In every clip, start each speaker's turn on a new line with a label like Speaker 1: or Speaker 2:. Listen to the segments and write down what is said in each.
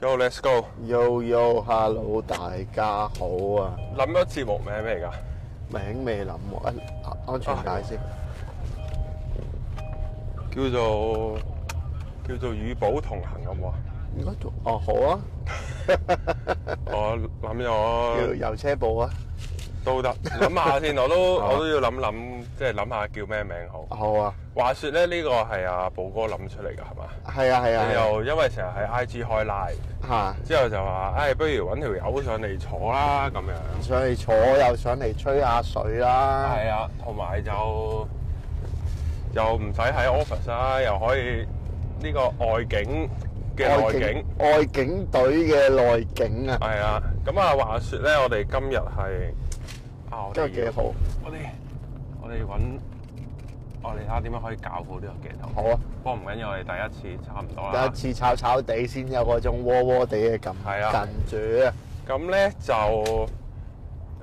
Speaker 1: Yo let's go！
Speaker 2: Yo Yo，Hello，大家好啊！
Speaker 1: 諗咗節目名咩嚟㗎？
Speaker 2: 名未諗喎，啊安全帶先。
Speaker 1: 叫做叫做與寶同行好 唔好啊？
Speaker 2: 應該做哦，好啊，
Speaker 1: 我諗
Speaker 2: 叫
Speaker 1: 咗
Speaker 2: 遊車步啊，
Speaker 1: 都得，諗下先，我都
Speaker 2: 好啊
Speaker 1: 我都要諗諗，即係諗下叫咩名好。
Speaker 2: 好啊，
Speaker 1: 話說咧，呢個係阿寶哥諗出嚟㗎係嘛？
Speaker 2: 係啊係啊，係啊
Speaker 1: 又因為成日喺 IG 開 live，
Speaker 2: 嚇，
Speaker 1: 之後就話，唉、不如揾條友上嚟坐啦咁樣。
Speaker 2: 上嚟坐又上嚟吹下水啦，
Speaker 1: 係啊，同埋就又唔使喺 office 啦，又可以呢個外景嘅內景。
Speaker 2: 外景隊嘅內景啊，
Speaker 1: 係啊，咁啊話說咧，我哋今日係啊，我
Speaker 2: 今日
Speaker 1: 哋
Speaker 2: 幾好，
Speaker 1: 我哋我哋揾我哋睇下點樣可以搞好呢個鏡頭。
Speaker 2: 好啊，
Speaker 1: 不過唔緊要，我哋第一次差唔多啦。
Speaker 2: 第一次炒炒地先有嗰種窩窩地嘅感
Speaker 1: 係啊
Speaker 2: 近住啊，
Speaker 1: 咁咧就誒、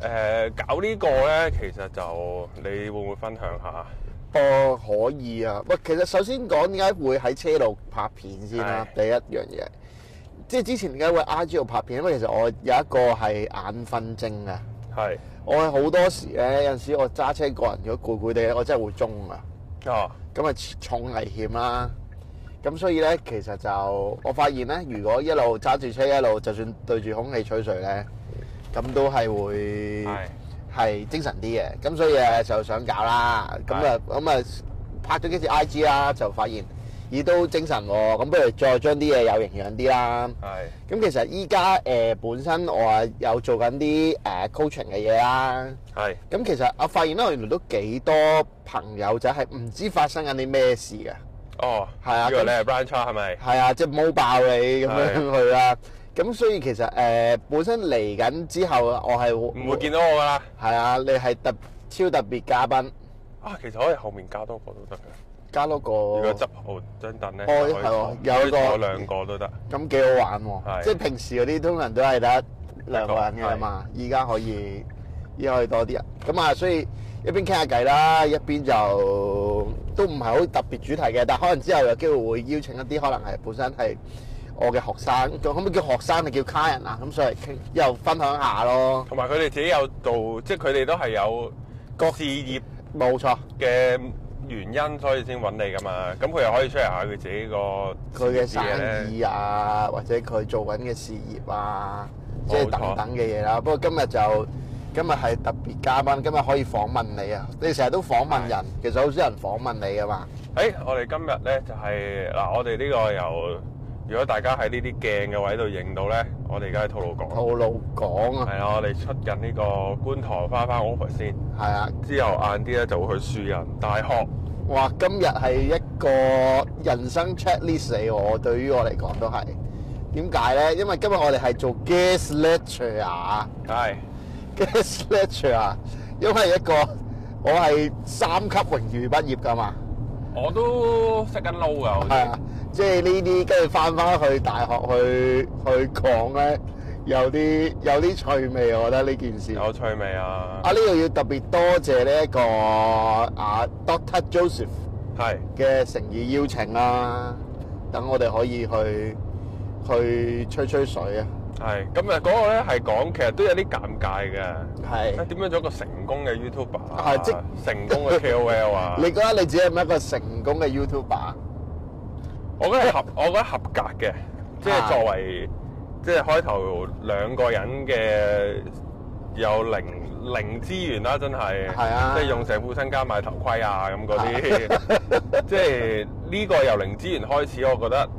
Speaker 1: 呃搞呢個咧，其實就你會唔會分享下？
Speaker 2: 不過可以啊！喂，其實首先講點解會喺車度拍片先啦，第一樣嘢，即係之前點解會 I G 度拍片，因為其實我有一個係眼瞓症啊，
Speaker 1: 係
Speaker 2: 我係好多時咧，有陣時我揸車個人如果攰攰地咧，我真係會中啊，
Speaker 1: 啊，
Speaker 2: 咁啊重危險啦。咁所以咧，其實就我發現咧，如果一路揸住車一路，就算對住空氣吹水咧，咁都係會。
Speaker 1: 係
Speaker 2: 係精神啲嘅，咁所以誒就想搞啦，咁啊咁啊拍咗幾次 IG 啦，就發現咦都精神喎，咁不如再將啲嘢有營養啲啦。
Speaker 1: 係
Speaker 2: 咁其實依家誒本身我啊有做緊啲誒 coaching 嘅嘢啦，
Speaker 1: 係
Speaker 2: 咁其實我啊發現咧，我原來都幾多朋友仔係唔知發生緊啲咩事嘅。
Speaker 1: 哦，
Speaker 2: 係啊
Speaker 1: 以為
Speaker 2: 咁
Speaker 1: 你係 branch 啊係咪？
Speaker 2: 係啊，即係冇爆你咁
Speaker 1: 係
Speaker 2: 樣去啦。咁所以其實誒、呃本身嚟緊之後，我係
Speaker 1: 唔會見到我㗎啦。
Speaker 2: 係啊，你係特超特別嘉賓。
Speaker 1: 啊，其實可以後面加多個都得嘅。
Speaker 2: 加多個，
Speaker 1: 如果執好張凳咧，就
Speaker 2: 哦
Speaker 1: 可以坐
Speaker 2: 係喎有
Speaker 1: 可以
Speaker 2: 個
Speaker 1: 坐兩個都得。
Speaker 2: 咁幾好玩喎！
Speaker 1: 係
Speaker 2: 即係平時嗰啲通常都係得兩個人嘅嘛，依家可以依家可以多啲人。咁啊，所以一邊傾下偈啦，一邊就都唔係好特別主題嘅，但可能之後有機會會邀請一啲可能係本身係我嘅學生，咁可唔可以叫學生定叫卡人啊？咁所以傾又分享下咯，
Speaker 1: 同埋佢哋自己有做，即係佢哋都係有各事業
Speaker 2: 冇錯，
Speaker 1: 嘅原因，所以先揾你噶嘛。咁佢又可以 share 下佢自己個
Speaker 2: 佢嘅
Speaker 1: 事業啲嘢呢
Speaker 2: 生意啊，或者佢做緊嘅事業啊，即係
Speaker 1: 冇錯
Speaker 2: 等等嘅嘢啦。不過今日就今日係特別嘉賓，今日可以訪問你啊！你成日都訪問人，其實好少人訪問你噶嘛。
Speaker 1: 誒，我哋今日咧就係、嗱，我哋呢個由如果大家喺呢啲鏡嘅位度影到咧，我哋而家喺吐露港，
Speaker 2: 套路講啊，
Speaker 1: 係啦，我哋出緊呢個觀塘花花 office 先，
Speaker 2: 係啊，
Speaker 1: 之後晏啲咧就會去樹人大學，
Speaker 2: 哇！今日係一個人生 checklist 嚟喎，我對於我嚟講都係。點解咧？因為今日我哋係做 guest lecture 啊。
Speaker 1: 係
Speaker 2: guest lecture 啊，因為一個我係三級榮譽畢業噶嘛。
Speaker 1: 我都識緊撈噶，好
Speaker 2: 係
Speaker 1: 似
Speaker 2: 啊，即係呢啲跟住翻翻去大學去去講咧，有啲有啲趣味，我覺得呢件事。
Speaker 1: 有趣味啊
Speaker 2: 啊，，呢度要特別多謝呢一個啊 Doctor Joseph
Speaker 1: 係
Speaker 2: 嘅誠意邀請啦，等我哋可以去去吹吹水啊。
Speaker 1: 係咁啊，嗰個咧係講其實都有啲尷尬嘅。
Speaker 2: 係
Speaker 1: 啊，點樣做一個成功嘅 YouTuber 啊？
Speaker 2: 係即
Speaker 1: 成功 嘅 KOL 啊？
Speaker 2: 你覺得你自己係咪一個成功嘅 YouTuber？啊
Speaker 1: 我覺得係合， 我覺得合格嘅，即係
Speaker 2: 啊
Speaker 1: 作為即係開頭兩個人嘅有零零資源啦，真係，
Speaker 2: 係啊
Speaker 1: 即係用成副身家買頭盔啊咁嗰啲， 即係呢個由零資源開始，我覺得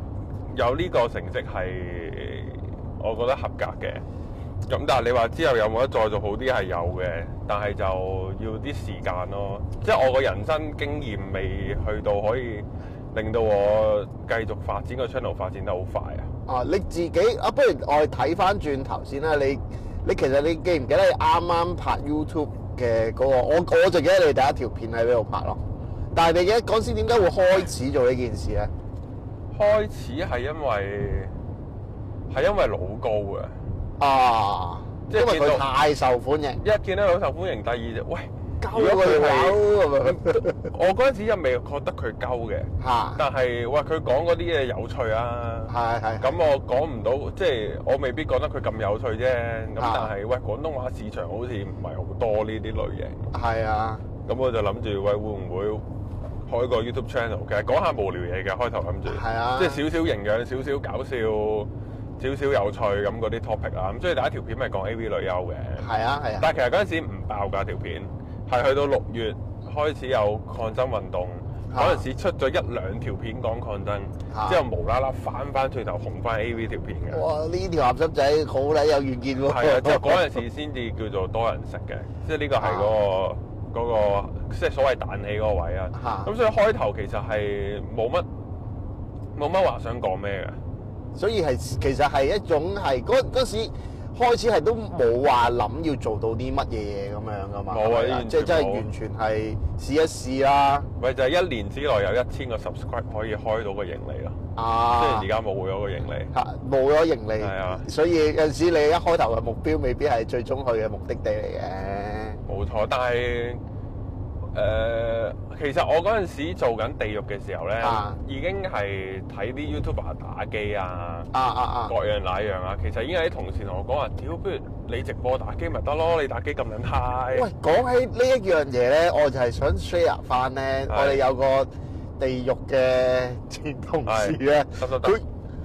Speaker 1: 有呢個成績係我覺得合格嘅。咁但係你話之後有冇得再做好啲係有嘅，但係就要啲時間咯。即係我個人生經驗未去到可以令到我繼續發展個 channel 發展得好快啊！
Speaker 2: 啊，你自己啊，不如我哋睇翻轉頭先啦。你你其實你記唔記得你啱啱拍 YouTube 嘅嗰、個？我我就記得你第一條片喺邊度拍咯。但係你記得嗰時點解會開始做呢件事咧？
Speaker 1: 開始係因為係因為老高嘅，
Speaker 2: 啊，
Speaker 1: 即
Speaker 2: 因
Speaker 1: 係
Speaker 2: 為
Speaker 1: 見
Speaker 2: 佢
Speaker 1: 到
Speaker 2: 太受歡迎。
Speaker 1: 一見到老受歡迎，第二就喂
Speaker 2: 鳩啊佢佬咁樣
Speaker 1: 我嗰陣時又未覺得佢鳩嘅，
Speaker 2: 嚇，
Speaker 1: 但係哇，佢講嗰啲嘢有趣啊！
Speaker 2: 係係
Speaker 1: 咁我講唔到，即係我未必覺得佢咁有趣啫。咁
Speaker 2: 啊
Speaker 1: 但係喂，廣東話市場好似唔係好多呢啲類型。
Speaker 2: 係啊，
Speaker 1: 咁我就諗住喂，會唔會開個 YouTube channel 嘅？講下無聊嘢嘅，開頭諗住，
Speaker 2: 係啊
Speaker 1: 即係少少營養、少少搞笑、少少有趣咁嗰啲 topic 啊啦。咁所以第一條片咪講 AV 女優嘅，
Speaker 2: 係啊係啊，
Speaker 1: 但係其實嗰陣時唔爆㗎條片，係去到六月開始有抗爭運動。
Speaker 2: 啊
Speaker 1: 嗰陣時出咗一兩條片講抗爭，
Speaker 2: 啊
Speaker 1: 之後無啦啦翻翻轉頭紅翻 A.V. 條片嘅，
Speaker 2: 哇！呢條鹹濕仔好撚有遠見喎，
Speaker 1: 係啊，即係嗰陣時先至叫做多人食嘅，即係呢個係嗰、個嗰、個即係所謂彈起嗰個位啊。
Speaker 2: 嚇
Speaker 1: 咁所以開頭其實係冇乜冇乜話想講咩嘅，
Speaker 2: 所以係其實係一種係嗰嗰時開始係都冇話諗要做到啲乜嘢嘢咁樣噶嘛，
Speaker 1: 冇啊
Speaker 2: 係咪
Speaker 1: 完全
Speaker 2: 即係真係
Speaker 1: 冇
Speaker 2: 完全係試一試啦，
Speaker 1: 咪就係一年之內有一千個 subscribe 可以開到個盈利咯。雖然
Speaker 2: 啊
Speaker 1: 而，家冇咗個盈利，
Speaker 2: 嚇冇咗盈
Speaker 1: 係啊
Speaker 2: 利，所以有陣時你一開頭嘅目標未必係最終去嘅目的地嚟嘅，
Speaker 1: 冇錯，但係。誒、其實我嗰陣時做緊地獄嘅時候咧，
Speaker 2: 啊
Speaker 1: 已經係睇啲 YouTuber 打機啊，
Speaker 2: 啊啊啊
Speaker 1: 各，樣那樣啊，其實已經有啲同事同我講話，屌，不如你直播打機咪得咯，你打機咁撚嗨。
Speaker 2: 喂，講起呢一樣嘢咧，我就係想 share 翻咧，
Speaker 1: 係
Speaker 2: 我哋有個地獄嘅前同事咧，
Speaker 1: 得得得
Speaker 2: 佢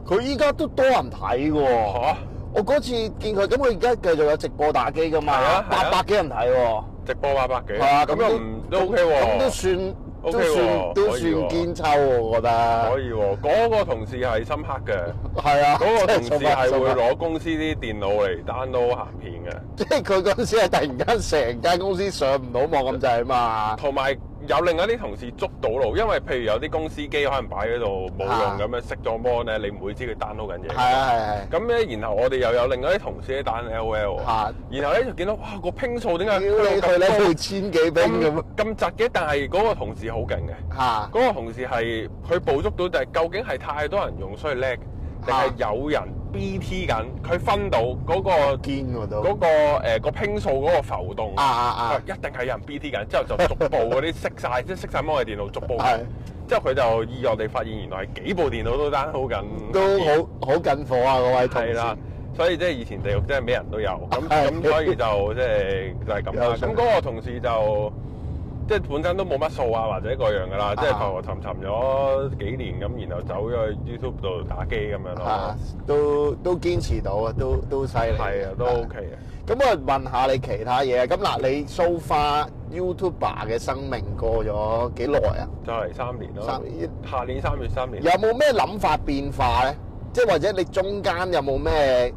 Speaker 2: 佢依家都多人睇嘅喎。
Speaker 1: 嚇，
Speaker 2: 我嗰次見佢，咁佢而家繼續有直播打機噶
Speaker 1: 係
Speaker 2: 嘛
Speaker 1: 啊，係
Speaker 2: 八
Speaker 1: 啊
Speaker 2: 百幾人睇喎，
Speaker 1: 直播八百幾，
Speaker 2: 係啊，
Speaker 1: 咁又唔都
Speaker 2: 咁
Speaker 1: OK
Speaker 2: 咁都
Speaker 1: 喎，
Speaker 2: 算都
Speaker 1: OK
Speaker 2: 算
Speaker 1: 喎
Speaker 2: 都
Speaker 1: 可以
Speaker 2: 算
Speaker 1: 喎
Speaker 2: 堅抽喎，我覺
Speaker 1: 可
Speaker 2: 得
Speaker 1: 以喎。嗰個同事係深刻嘅，
Speaker 2: 係啊，
Speaker 1: 嗰個同
Speaker 2: 即
Speaker 1: 事
Speaker 2: 係做乜
Speaker 1: 係會
Speaker 2: 做乜
Speaker 1: 攞公司啲電腦嚟 download 鹹片嘅，
Speaker 2: 即係佢嗰陣時係突然間成間公司上唔到網咁滯啊嘛，
Speaker 1: 同埋有另一啲同事捉到路，因為譬如有啲公司機可能擺喺度冇
Speaker 2: 啊
Speaker 1: 用咁樣熄咗 mon 咧，你唔會知佢 download 緊
Speaker 2: 係
Speaker 1: 嘢。
Speaker 2: 啊係
Speaker 1: 咁咧，然後我哋又有另一啲同事咧 down L O L
Speaker 2: 係
Speaker 1: 喎，
Speaker 2: 嚇，
Speaker 1: 然後咧就見到哇個拼數點
Speaker 2: 屌
Speaker 1: 解
Speaker 2: 你佢咧
Speaker 1: 咁高
Speaker 2: 配千幾兵咁
Speaker 1: 咁咁窒嘅，但係嗰個同事好勁嘅。
Speaker 2: 嚇
Speaker 1: 嗰、個同事係佢捕捉到，就係究竟係太多人用所以叻，定係有人 BT 緊，佢分到嗰、個嗰、
Speaker 2: 堅喎都
Speaker 1: 個呃個拼數嗰個浮動，
Speaker 2: 啊啊啊
Speaker 1: 佢一定係有人 BT 緊，之後就逐步嗰啲熄晒， 即係熄晒摩嘅電腦逐步。
Speaker 2: 係
Speaker 1: 之後佢就意外地發現，原來係幾部電腦都 download 緊，
Speaker 2: 都好好緊火啊嗰位同
Speaker 1: 係
Speaker 2: 事，
Speaker 1: 啦，所以即係以前地獄真係咩人 都有，咁
Speaker 2: 係
Speaker 1: 咁所以就即係就係咁
Speaker 2: 有
Speaker 1: 啦。
Speaker 2: 趣
Speaker 1: 咁嗰個同事就即係本身都冇乜數啊，或者各樣噶啦，即係浮浮沉沉咗幾年咁，然後走咗去 YouTube 度打機咁樣咯
Speaker 2: 嚇。都都堅持到啊，都都犀利，
Speaker 1: 係啊，都 OK 嘅。
Speaker 2: 咁我問下你其他嘢啊，咁嗱，你 so far YouTuber 嘅生命過咗幾耐啊？
Speaker 1: 就係三年咯
Speaker 2: 三，年
Speaker 1: 下年三月三年
Speaker 2: 有。冇咩諗法變化咧？即係或者你中間有冇咩，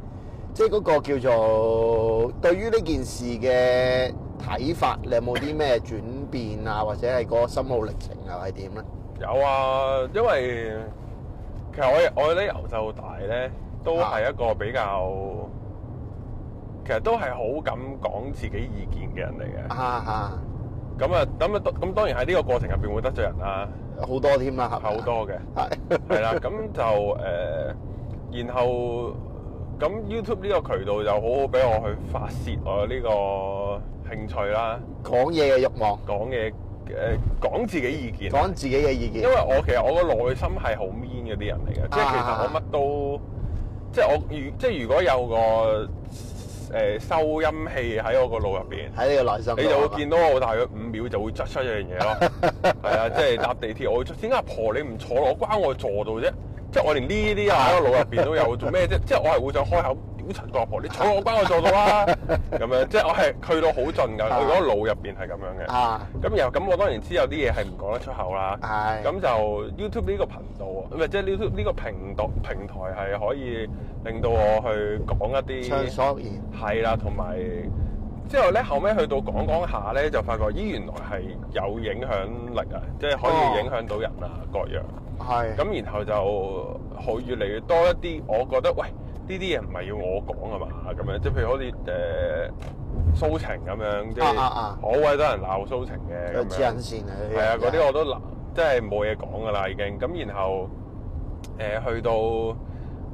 Speaker 2: 即係嗰個叫做對於呢件事嘅睇法，你有冇啲咩轉變啊？或者係個心路歷程又係點咧？
Speaker 1: 有啊，因為其實我我呢由細到大咧，都係一個比較，其實都係好敢講自己意見嘅人嚟嘅。
Speaker 2: 啊嚇，
Speaker 1: 咁啊，咁啊，咁當然喺呢個過程入邊會得罪人啦，
Speaker 2: 好多添啦，
Speaker 1: 係
Speaker 2: 係
Speaker 1: 好
Speaker 2: 咪啊
Speaker 1: 多嘅，
Speaker 2: 係
Speaker 1: 係啦。咁就誒、呃然後咁 YouTube 呢個渠道就好好俾我去發泄我呢個興趣啦，
Speaker 2: 講嘢嘅欲望，
Speaker 1: 講嘢誒講自己意見，
Speaker 2: 講自己嘅意見
Speaker 1: 因為。我其實我個內心係好 mean 嗰啲人嚟嘅，即係其實我乜都，即係我如即係如果有個誒、呃收音器喺我個腦入邊。
Speaker 2: 喺你個內心度，
Speaker 1: 你就會見到我大約五秒就會捽出一樣嘢咯，係啊，即係搭地鐵我會捽。點解阿婆你唔坐落，關我坐到啫？即係我連呢啲啊喺我腦入邊都有做咩啫？ 即係我係會想開口屌陳個阿婆，你坐落關我坐到啦，咁樣即係我係去到好盡㗎，佢嗰個腦入邊係咁樣嘅。
Speaker 2: 啊，
Speaker 1: 咁然後咁我當然知有啲嘢係唔講得出口啦。
Speaker 2: 係
Speaker 1: 咁就 YouTube 呢個頻道啊，唔係即係 YouTube 呢個平道平台係可以令到我去講一啲
Speaker 2: 暢所欲言。
Speaker 1: 係啦，同埋之後咧，後尾去到講講下咧，就發覺咦，原來係有影響力啊，即係可以影響到人啊，各樣。
Speaker 2: 哦係
Speaker 1: 咁然後就好越嚟越多一啲，我覺得喂，呢啲嘢唔係要我講啊嘛，咁樣即係譬如好似誒蘇晴咁樣，即係
Speaker 2: 啊啊啊
Speaker 1: 好鬼多人鬧蘇晴嘅咁
Speaker 2: 有黐
Speaker 1: 樣
Speaker 2: 引。線啊！
Speaker 1: 係啊，嗰啲我都諗，即係冇嘢講噶啦已經。咁然後誒、呃去到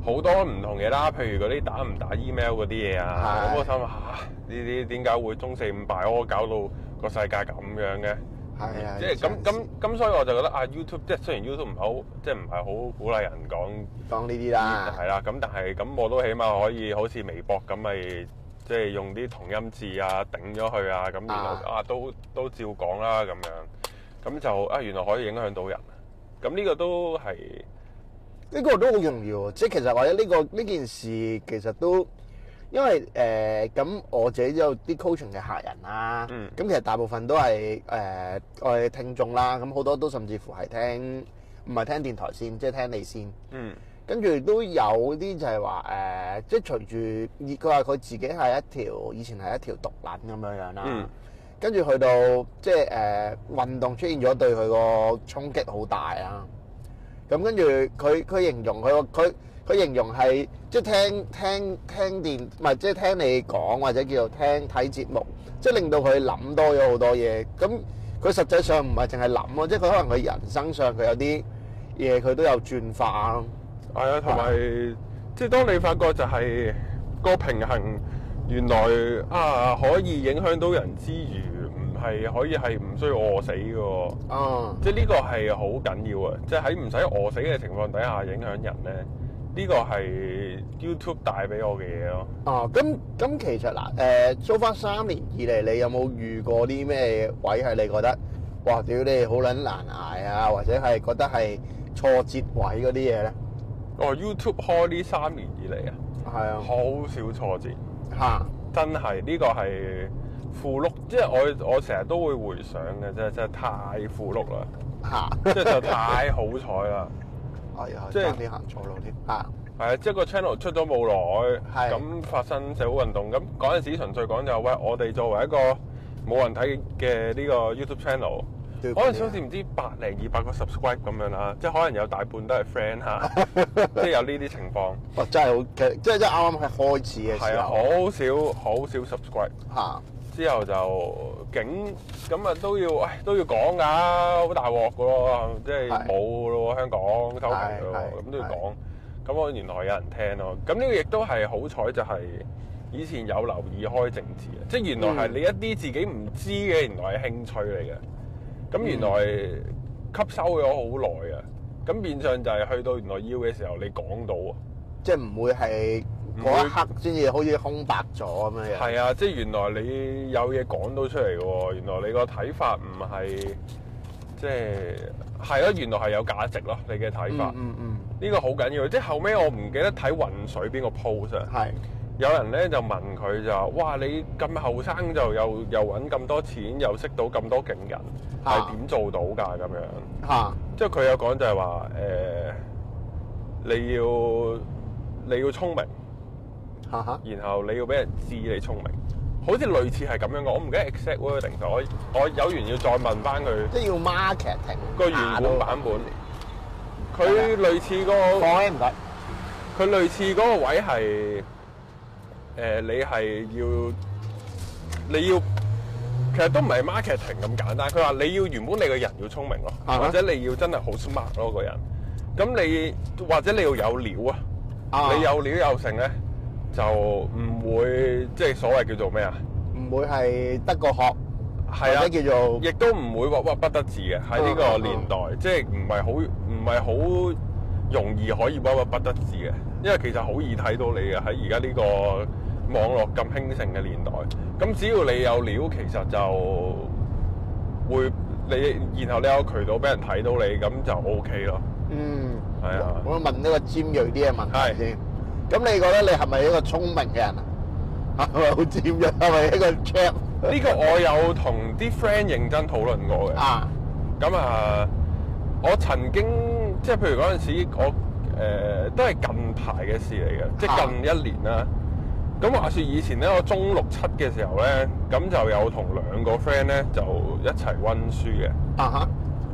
Speaker 1: 好多唔同嘢啦，譬如嗰啲打唔打 email 嗰啲嘢啊，
Speaker 2: 係
Speaker 1: 咁我心諗嚇呢啲點解會中四五敗我搞到個個世界咁樣嘅。
Speaker 2: 係啊，
Speaker 1: 即係咁咁咁，所以我就覺得啊，YouTube 即係雖然 YouTube 唔好，即係唔係好鼓勵人講
Speaker 2: 講呢啲啦，
Speaker 1: 係啦，咁但係咁我都起碼可以好似微博咁咪。即係用啲同音字啊，頂咗佢啊，咁然後啊都都照講啦咁樣，咁就啊原來可以影響到人，啊咁呢個都係
Speaker 2: 呢個都好重要。即係其實或者呢個呢件事其實都因為誒咁、我自己都有啲 coaching 嘅客人啦，咁、
Speaker 1: 嗯
Speaker 2: 其實大部分都係誒、我哋聽眾啦，咁好多都甚至乎係聽唔係聽電台先，即係聽你先。
Speaker 1: 嗯
Speaker 2: 跟住都有啲就係話誒，即係隨住佢話佢自己係一條以前係一條毒撚咁樣樣啦。
Speaker 1: 嗯
Speaker 2: 跟住去到即係誒、運動出現咗對佢個衝擊好大啦。咁跟住佢佢形容佢佢佢形容係即係聽聽聽電唔係即係聽你講或者叫做聽睇節目，即係令到佢諗多咗好多嘢。咁佢實際上唔係淨係諗咯，即係佢可能佢人生上佢有啲嘢佢都有轉化咯。
Speaker 1: 係啊，同埋即係當你發覺就係個平衡，原來啊可以影響到人之餘，唔係可以係唔需要餓死嘅喎。
Speaker 2: 啊，
Speaker 1: 即係呢個係好緊要啊！即係喺唔使餓死嘅情況底下影響人咧，呢個係 YouTube 帶俾我嘅嘢咯。
Speaker 2: 哦，咁咁其實嗱，誒、s o far 三年以嚟，你有冇遇過啲咩位係你覺得，哇，屌你好撚難捱啊，或者係覺得係挫折位嗰啲嘢咧？
Speaker 1: 哦，YouTube 開呢三年以嚟啊，
Speaker 2: 係啊，
Speaker 1: 好少挫折，
Speaker 2: 嚇，
Speaker 1: 真係呢、個係富碌，即係我我成日都會回想嘅，真係真係太富碌啦，
Speaker 2: 嚇，
Speaker 1: 即係就太好彩啦。
Speaker 2: 哎呀，
Speaker 1: 即係
Speaker 2: 爭啲行錯路添，嚇，
Speaker 1: 係啊，即係個 channel 出咗冇耐，
Speaker 2: 係
Speaker 1: 咁發生社會運動，咁嗰陣時純粹講就係喂，我哋作為一個冇人睇嘅呢個 YouTube channel，
Speaker 2: 對
Speaker 1: 嗰陣時好似唔知百零二百個 subscribe 咁樣啦，即係可能有大半都係 friend 嚇，即係有呢啲情況，
Speaker 2: 哇，哦真係好，其實即係真係啱啱係開始嘅
Speaker 1: 係
Speaker 2: 時
Speaker 1: 啊，
Speaker 2: 候，
Speaker 1: 好少好少 subscribe。
Speaker 2: 嚇，
Speaker 1: 之後就警咁啊都要，唉都要講㗎，好大鑊㗎咯，即係
Speaker 2: 係
Speaker 1: 冇咯喎香港收皮咯
Speaker 2: 係係
Speaker 1: 喎，咁都要講。咁我原來有人聽咯，咁呢個亦都係好彩，就係以前有留意開政治嘅，即係原來係
Speaker 2: 嗯
Speaker 1: 你一啲自己唔知嘅，原來係興趣嚟嘅。咁原來
Speaker 2: 嗯
Speaker 1: 吸收咗好耐啊，咁變相就係去到原來要嘅時候，你講到啊。
Speaker 2: 即係唔會係嗰一刻先至好似空白咗咁樣樣，
Speaker 1: 係啊，即係原來你有嘢講到出嚟嘅喎，原來你個睇法唔係即係係咯，原來係有價值咯，你嘅睇法
Speaker 2: 嗯嗯嗯，
Speaker 1: 呢個好緊要。即係後尾我唔記得睇雲水邊個 post 啊，
Speaker 2: 嗯係，
Speaker 1: 有人咧就問佢就話：哇，你咁後生就又又揾咁多錢，又識到咁多勁人，係
Speaker 2: 啊
Speaker 1: 點做到㗎？咁樣，
Speaker 2: 嚇，
Speaker 1: 即係佢有講就係話誒，你要你要聰明。
Speaker 2: 嚇嚇，
Speaker 1: 然後你要俾人知你聰明，好似類似係咁樣嘅，我唔記得 exact wording 就我我有緣要再問翻佢
Speaker 2: 即係要 marketing
Speaker 1: 個原本版本，佢
Speaker 2: 係啊
Speaker 1: 類似個
Speaker 2: 放喺唔該。
Speaker 1: 佢類似嗰個位係誒、呃你係要你要其實都唔係 marketing 咁簡單，佢話你要原本你個人要聰明咯
Speaker 2: 啊哈
Speaker 1: 或者你要真係好 smart 咯個人，咁你或者你要有料啊。
Speaker 2: 啊
Speaker 1: 你有料有剩咧，就唔會即係所謂叫做咩啊？
Speaker 2: 唔會係得個學，
Speaker 1: 係啊
Speaker 2: 或者叫嗯做
Speaker 1: 亦都唔會屈屈不得志嘅喺呢個年代，即係唔係好唔係好容易可以屈屈不得志嘅，因為其實好易睇到你嘅喺而家呢個網絡咁興盛嘅年代，咁只要你有料，其實就會你然後你有渠道俾人睇到你，咁就 O K 咯。
Speaker 2: 嗯，
Speaker 1: 係啊
Speaker 2: 我問呢個尖鋭啲嘅問
Speaker 1: 係
Speaker 2: 題先。咁你覺得你係咪一個聰明嘅人啊？係咪好尖鋭？係咪一個 trap
Speaker 1: 呢個我有同啲 friend 認真討論過嘅。
Speaker 2: 啊？
Speaker 1: 咁啊，我曾經即係譬如嗰陣時，我誒、呃都係近排嘅事嚟嘅，
Speaker 2: 啊
Speaker 1: 即係近一年啦。咁話説以前咧，我中六七嘅時候咧，咁就有同兩個 friend 咧就一齊温書嘅。
Speaker 2: 啊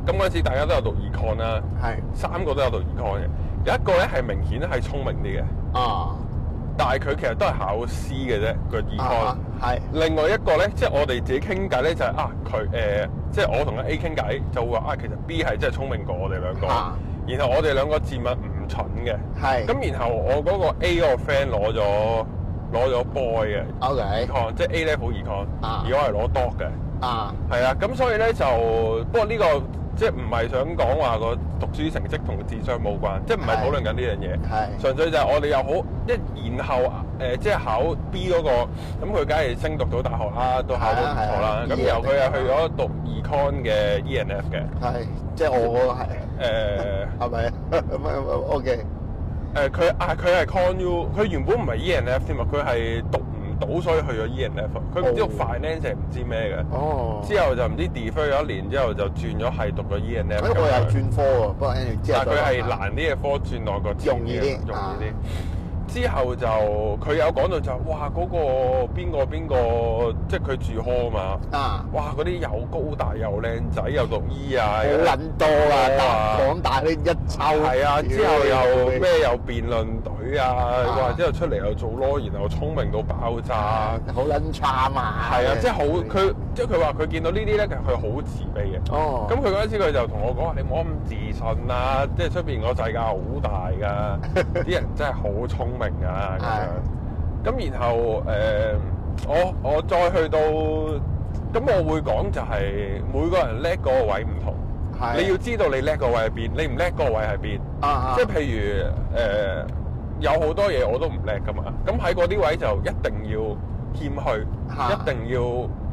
Speaker 1: 咁嗰陣時大家都有讀 econ 啦，
Speaker 2: 哈，係
Speaker 1: 三個都有讀 econ 嘅，有一個咧係明顯係聰明啲嘅，
Speaker 2: 啊
Speaker 1: 但係佢其實都係考 C 嘅啫個 econ。
Speaker 2: 啊，係
Speaker 1: 另外一個咧，即係我哋自己傾偈咧，就係、啊佢誒、呃即係我同阿 A 傾偈就會話啊，其實 B 係真係聰明過我哋兩個，
Speaker 2: 啊
Speaker 1: 然後我哋兩個自問唔蠢嘅，
Speaker 2: 係
Speaker 1: 咁然後我嗰個 A 嗰個 friend 攞咗攞咗 boy 嘅
Speaker 2: OK Ờ,
Speaker 1: econ，即係 A level econ，
Speaker 2: 啊
Speaker 1: 而我係攞 dog 嘅，
Speaker 2: 啊，
Speaker 1: 係啊，咁所以咧就不過呢、個即係唔係想講話個讀書成績同智商冇關，即係唔係
Speaker 2: 係
Speaker 1: 討論緊呢樣嘢。
Speaker 2: 係
Speaker 1: 純粹就係我哋又好，一然後誒、呃即係考 B 嗰、個，咁佢梗係升讀到大學啦，都考到唔錯啦。
Speaker 2: 係啊係啊
Speaker 1: 咁
Speaker 2: E
Speaker 1: 然後佢
Speaker 2: 一定
Speaker 1: 又
Speaker 2: 啊
Speaker 1: 去咗讀 Econ 嘅 E E&F 嘅，誒、
Speaker 2: 係，即係我係係咪 ？OK，
Speaker 1: 誒佢啊佢係 con U，佢原本唔係 E and F 添啊，佢係讀唔到，所以去咗 E and F。佢唔知讀
Speaker 2: 哦
Speaker 1: finance 定唔知咩嘅，
Speaker 2: 哦，
Speaker 1: 之後就唔知 defer 咗一年之後就轉咗係讀咗 E and
Speaker 2: 誒
Speaker 1: F 咁樣。
Speaker 2: 我又轉科喎，不過 anyway 之後
Speaker 1: 但
Speaker 2: 再
Speaker 1: 佢係
Speaker 2: 講下，
Speaker 1: 難啲嘅科轉落個淺嘅
Speaker 2: 容易啲
Speaker 1: 容
Speaker 2: 啊
Speaker 1: 易啲。之後就佢有講到就哇嗰、個邊個邊個，即係佢住 hall 嘛，
Speaker 2: 啊，
Speaker 1: 哇嗰啲又高大又靚仔又讀醫啊，
Speaker 2: 好
Speaker 1: 又
Speaker 2: 撚多啊，
Speaker 1: 多
Speaker 2: 大
Speaker 1: 啊
Speaker 2: 港大呢一抽，
Speaker 1: 係啊，之後又
Speaker 2: 屌你
Speaker 1: 咩又辯論隊啊，哇！之後出嚟又做 law，然後聰明到爆炸，
Speaker 2: 好撚差嘛，
Speaker 1: 係啊，即係好佢，即係佢話佢見到呢啲咧，其實佢好自卑嘅。
Speaker 2: 哦，
Speaker 1: 咁佢嗰陣時佢就同我講話：你唔好咁自信啦，即係出邊個世界好大噶， 啲人真係好聰明噶咁樣。咁然後誒、呃我我再去到，咁我會講就係每個人叻嗰個位唔同，
Speaker 2: 係
Speaker 1: 你要知道你叻個位喺邊，你唔叻個位喺邊。
Speaker 2: 啊啊
Speaker 1: 即係譬如誒、呃有好多嘢我都唔叻噶嘛。咁喺嗰啲位就一定要謙虛，
Speaker 2: 嚇
Speaker 1: 一定要